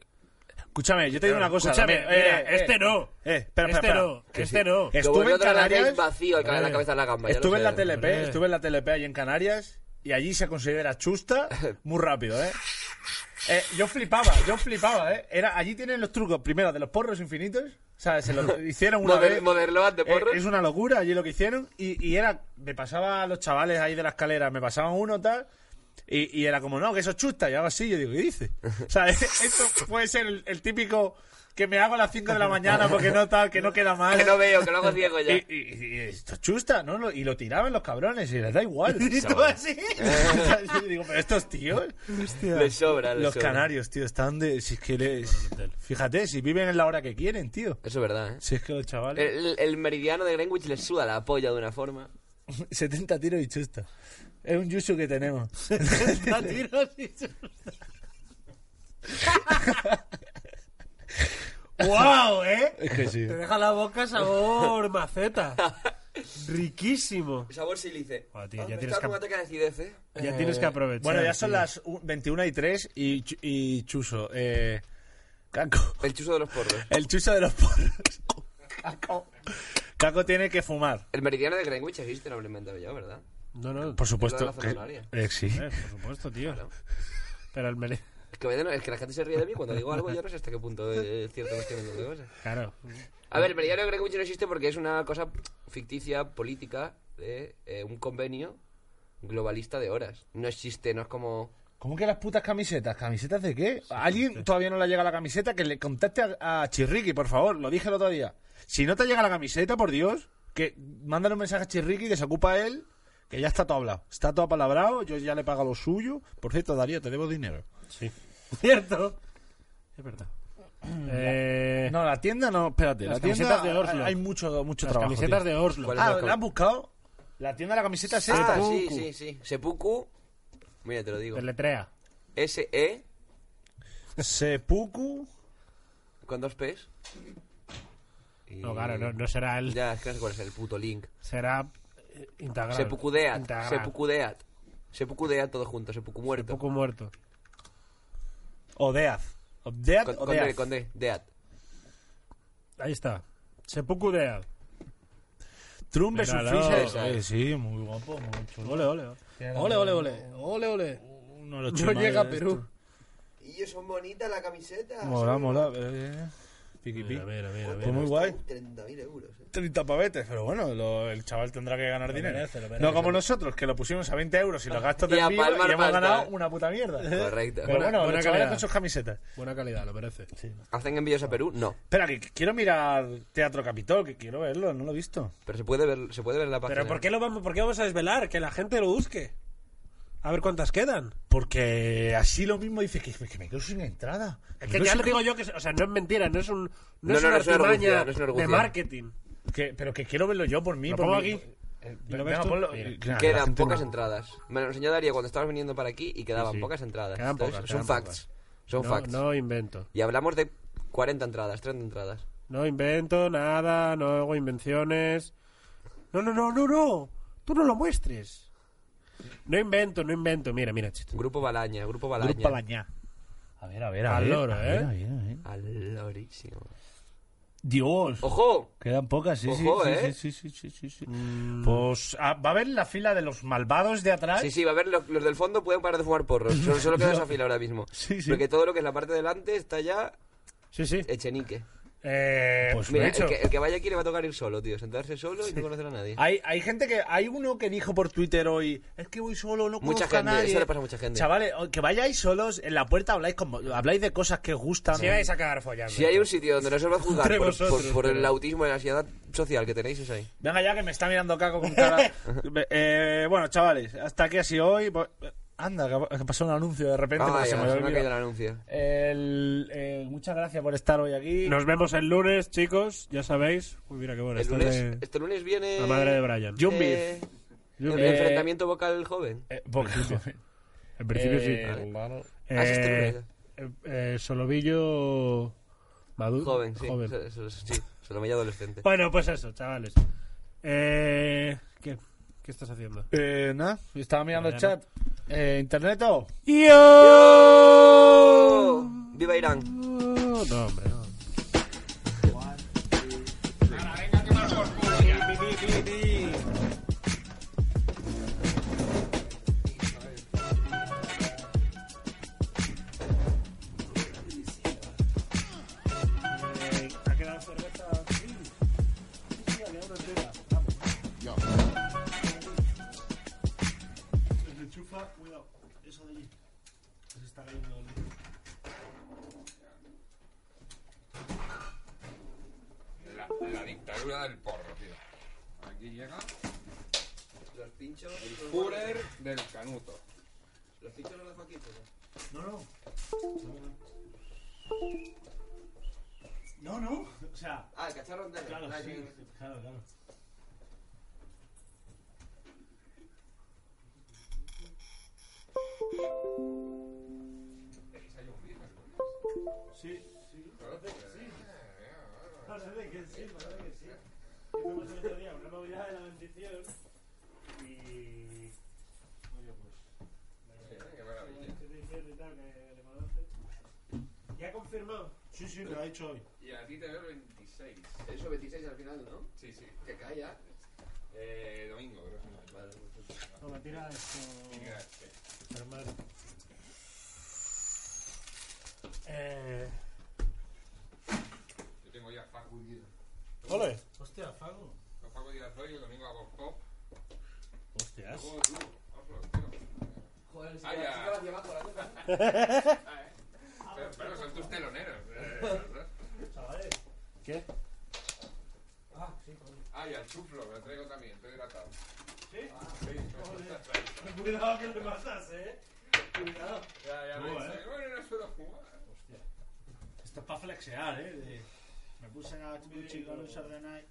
B: Escúchame, yo te digo una cosa.
C: Escúchame,
B: dame- eh,
C: mira,
B: eh,
C: este no.
B: Eh, espera, espera,
C: este
B: espera.
C: no. Este no.
B: Es-
D: Lo
B: estuve en
D: vosotros la
B: Canarias- Eh,
D: hacéis vacío, el que la cabeza en la gamba. ya lo
B: Estuve en
D: sé.
B: la TLP,
C: Hombre.
B: estuve en la TLP allí en Canarias y allí se considera chusta muy rápido, ¿eh? Eh, yo flipaba, yo flipaba, ¿eh? Era, allí tienen los trucos, primero, de los porros infinitos, o sea, se lo hicieron una
D: Moder-
B: vez.
D: Moderloan de
B: Eh,
D: porros.
B: es una locura allí lo que hicieron y, y era, me pasaba a los chavales ahí de la escalera, me pasaban uno tal y, y era como, no, que eso es chusta, y hago así, yo digo, ¿qué dice? O sea, <laughs> esto puede ser el, el típico que me hago a las 5 de la mañana porque no tal, que no queda mal.
D: <laughs> Que no veo, que
B: <laughs>
D: lo hago ciego ya.
B: Y, y- y esto es chusta, ¿no? Lo- Y lo tiraban los cabrones y les da igual. <laughs> Y tú así. Yo digo, pero estos tíos.
D: Les sobra, les
B: los
D: sobra.
B: canarios, tío, están de. Si es que les. Fíjate, si viven en la hora que quieren, tío.
D: Eso es verdad, ¿eh?
B: Si es que los chavales.
D: El, el meridiano de Greenwich les suda la polla de una forma.
B: 70 tiros y chusta. Es un yusu que tenemos.
C: Está tiros y ¡Wow, eh!
B: Es que sí.
C: Te deja la boca
B: <laughs>
C: sabor maceta. Riquísimo.
D: Sabor sílice.
C: Joder, tío, ya
D: Ah,
C: tienes
D: está
C: que-
D: con ataque de acidez, ¿eh?
C: Ya tienes que aprovechar.
B: Bueno, ya son
C: tío.
B: las u- 21 y 3 y, chu- y chuso. Eh. Caco.
D: El chuso de los porros.
B: El chuso de los porros. Caco. Caco tiene que fumar.
D: El meridiano de Greenwich existe, no me lo he inventado yo, ¿verdad?
C: No, no,
B: Por supuesto.
D: Es lo de la zona
B: que- eh, sí.
C: eh, por supuesto, tío. Pero el mele...
D: Es que, bueno, es que la gente se ríe de mí cuando digo algo, yo no sé hasta qué punto eh, es cierto que estoy hablando de cosas.
C: Claro.
D: A ver, el meridiano de Greenwich no existe porque es una cosa ficticia, política, de eh, un convenio globalista de horas. No existe, no es como...
B: ¿Cómo que las putas camisetas? ¿Camisetas de qué? ¿A alguien todavía no le llega la camiseta? Que le contacte a, a Chirriqui, por favor. Lo dije el otro día. Si no te llega la camiseta, por Dios, que mándale un mensaje a Chirriqui que se ocupa él, que ya está todo hablado. Está todo apalabrado, yo ya le pago lo suyo. Por cierto, Darío, te debo dinero. <laughs>
C: Sí. Cierto. Es verdad. Eh,
B: Mm, No, la tienda no, espérate.
C: Las
B: la tienda,
C: camisetas de Oslo.
B: Hay mucho, mucho
C: las
B: trabajo.
C: camisetas
B: tío.
C: de Oslo.
D: ¿Cuál?
B: Ah, ¿la has buscado? La tienda de la camiseta es esta.
D: Ah, sí, sí, sí. Seppuku... Mira, te lo digo.
C: Deletrea.
D: S-E...
B: Sepuku.
D: ¿Con dos P's? Y-
C: No, claro, no, no será el...
D: Ya, es que no sé cuál es el puto link.
C: Será eh, integral.
D: Se pucudeat.
C: Integral.
D: Se pucudeat. Se pucudeat todo junto. Se pucu muerto.
C: Poco muerto.
B: Odeaz. Odeaz,
D: Con, con D,
B: Odeaz.
D: con D. Deat.
C: Ahí está. Se pucudea.
B: Trumbe su
C: Míralo.
B: ficha. Eh, sí, muy guapo, muy chulo.
C: Ole, ole. Ole, ole, ole. Ole, ole.
B: Uno de los
C: No
B: chimales
C: llega a
B: de
C: Perú.
B: estos.
D: Y ellos son bonitas la camiseta.
B: Mola, mola. eh, eh. Piqui, piqui.
C: Mira, mira, mira.
B: Pues muy guay.
D: 30.000 euros. eh.
B: 30 pavetes, pero bueno, lo- el chaval tendrá que ganar dinero.
C: merece, lo merece.
B: no como nosotros, que lo pusimos a 20 euros y los gastos
D: <laughs> Y
B: de
D: a
B: envío y hemos
D: palmar pasta.
B: ganado una puta mierda.
D: <laughs> Correcto.
B: Pero bueno,
C: buena
B: los chavales
C: calidad.
B: con sus camisetas.
C: Buena calidad, lo merece.
D: ¿Hacen envíos a Perú? No.
B: Espera, que quiero mirar Teatro Capitol, que quiero verlo, no lo he visto.
D: Pero se puede ver, se puede ver en la página.
C: Pero ¿por qué, lo vamos, ¿por qué vamos a desvelar? Que la gente lo busque. A ver cuántas quedan.
B: Porque así lo mismo dice que, que me quedo sin entrada.
C: Es que ya le digo yo que... es- O sea, no es mentira, no es un... No,
D: No,
C: es
D: no,
C: una
D: no es una
C: artimaña
D: argucia, no es una
C: de
D: argucia.
C: marketing.
B: Que- pero que quiero verlo yo por mí,
C: Lo
B: por
C: pongo
B: mí.
C: aquí.
B: Eh,
C: ¿Lo
B: venga,
C: ves tú?
B: ponlo.
C: Mira.
B: Eh, claro, la
D: Quedan
B: gente
D: pocas
B: no-
D: entradas. Me lo enseñó Darío cuando estabas viniendo para aquí y quedaban pocas entradas.
C: Quedan
D: Entonces,
C: pocas,
D: son
C: quedan
D: facts. Son
C: No,
D: facts.
C: no invento.
D: Y hablamos de 40 entradas, 30 entradas.
C: No invento nada, no hago invenciones. No, no, no, no, no. Tú no lo muestres. No invento, no invento. Mira, mira, chito.
D: Grupo Balaña, Grupo Balaña.
B: Grupo Balañá. A ver, a ver, a
C: Al
B: ver.
C: loro,
B: a ver,
C: ¿eh?
B: a ver, a ver.
D: Alorísimo.
B: Dios.
D: ¡Ojo!
B: Quedan pocas, sí, sí,
D: Ojo,
B: sí,
D: ¿eh?
B: sí, sí, sí, sí, sí. Pues ah, va a haber la fila de los malvados de atrás.
D: Sí, sí, va a ver, los, los del fondo pueden parar de fumar porros. Solo, solo queda esa fila ahora mismo.
B: Sí, sí.
D: Porque todo lo que es la parte de delante está ya
C: Sí, sí.
D: echenique.
C: Eh, pues lo
D: Mira,
C: he
D: el
C: hecho.
D: que, el que vaya aquí le va a tocar ir solo, tío. Sentarse solo y no conocer a nadie.
B: Hay, hay gente que. Hay uno que dijo por Twitter hoy. Es que voy solo, no
D: Mucha
B: conozco a
D: gente,
B: nadie".
D: eso le pasa a mucha gente.
B: Chavales, o- que vayáis solos en la puerta, habláis, con, habláis de cosas que os gustan.
C: Si vais a acabar follando.
D: Si hay un sitio donde no se os va a juzgar
B: Entre
D: por,
B: vosotros,
D: por- por el
B: pero-
D: autismo y la ansiedad social que tenéis, es ahí.
B: Venga ya que me está mirando Caco con
D: <laughs>
B: cara. Eh, bueno, chavales, hasta aquí así hoy. Pues, Anda, que ha- que pasó un anuncio de repente.
D: Ah,
B: porque
D: ya,
B: se me
D: se
B: había
D: me ha
B: olvidado.
D: caído el anuncio.
B: El, eh, muchas gracias por estar hoy aquí.
C: Nos vemos el lunes, chicos. Ya sabéis. Uy, mira qué bueno.
D: El
C: esto
D: lunes,
C: de-
D: Este lunes viene.
C: La madre de Brian.
B: John Beef.
D: eh,
C: Yo-
D: el
C: eh,
D: enfrentamiento vocal joven.
B: Eh, <laughs>
C: En principio
D: Eh,
C: sí.
D: vale.
C: Eh,
D: Ah, sí, este lunes.
C: eh, eh, Solovillo Maduro.
D: Joven, sí. Eso- eso- eso- sí. Solomillo adolescente.
C: Bueno, pues eso, chavales. Eh, ¿qué, ¿Qué estás haciendo?
B: Eh, nada, yo estaba mirando
C: Mañana.
B: el chat. Eh, ¿Internet o?
C: ¡Yo!
D: Oh, ¡Viva Irán!
C: No, hombre, no. Ha quedado cerveza. Enchufa, cuidado. Eso de allí. Se está cayendo el-
N: La, la dictadura del porro, tío. Aquí llega
D: Los pinchos.
N: el Führer del canuto.
D: Los pinchos no los dejo aquí,
C: No, no. No, no. O sea.
D: Ah, el cacharro entero.
C: Claro,
D: Ah,
C: sí.
D: sí.
C: Claro, claro. Sí, sí. Parece que sí. Parece que sí, parece que sí. Hicimos el otro día una novedad de la bendición y. Oye, pues. ¿Ya confirmado? Sí, sí, lo ha dicho hoy.
N: Y a ti te veo el 26.
D: Eso, 26 al final, ¿no?
N: Sí, sí.
D: Que calla.
N: Eh, domingo, creo que Vale.
C: No, me tira esto.
N: este.
C: Normal. Eh.
N: Yo tengo ya Facu Díaz.
C: ¡Ole! Hostia, Fago.
N: Con Facu Díaz hoy, el domingo hago pop.
C: Hostias.
N: Luego tú, Oslo, tío.
D: Joder,
N: Ah, ya. Pero, pero son tus teloneros. eh, ¿verdad?
C: ¿Qué?
N: Ah, sí, Ah, y al chuflo, me lo traigo también, estoy hidratado.
C: ¿Sí?
N: Ah, sí.
C: Cuidado que le matas, eh. Cuidado.
N: Ya, ya,
C: Tú,
N: me
C: eh.
N: dice, bueno, no suelo fumar.
B: Esto es para flexear, eh. de- Me puse en la Twitch y con un Saturday Night.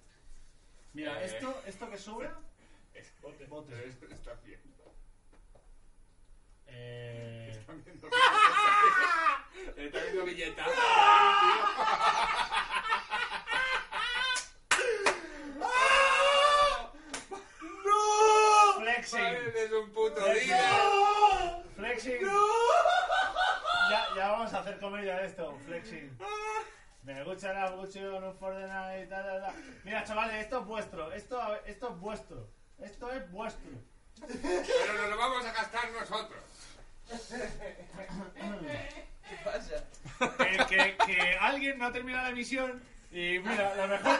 B: Mira,
N: Eh.
B: esto, esto que sobra.
N: Es bote. Bote. Está bien.
B: Eh.
N: Están viendo billetes. Están viendo billetazos,
B: ¡No! Flexing.
N: Es un puto
B: Flexing.
N: líder.
B: Flexing. Ya, ya vamos a hacer comedia de esto. Flexing. Me gusta la mucho, no for the night, da, da, da. Mira, chavales, esto es vuestro. Esto, esto es vuestro. Esto es vuestro.
N: Pero nos lo vamos a gastar nosotros.
D: ¿Qué pasa?
B: que, que- que alguien no ha terminado la emisión y mira, la mejor...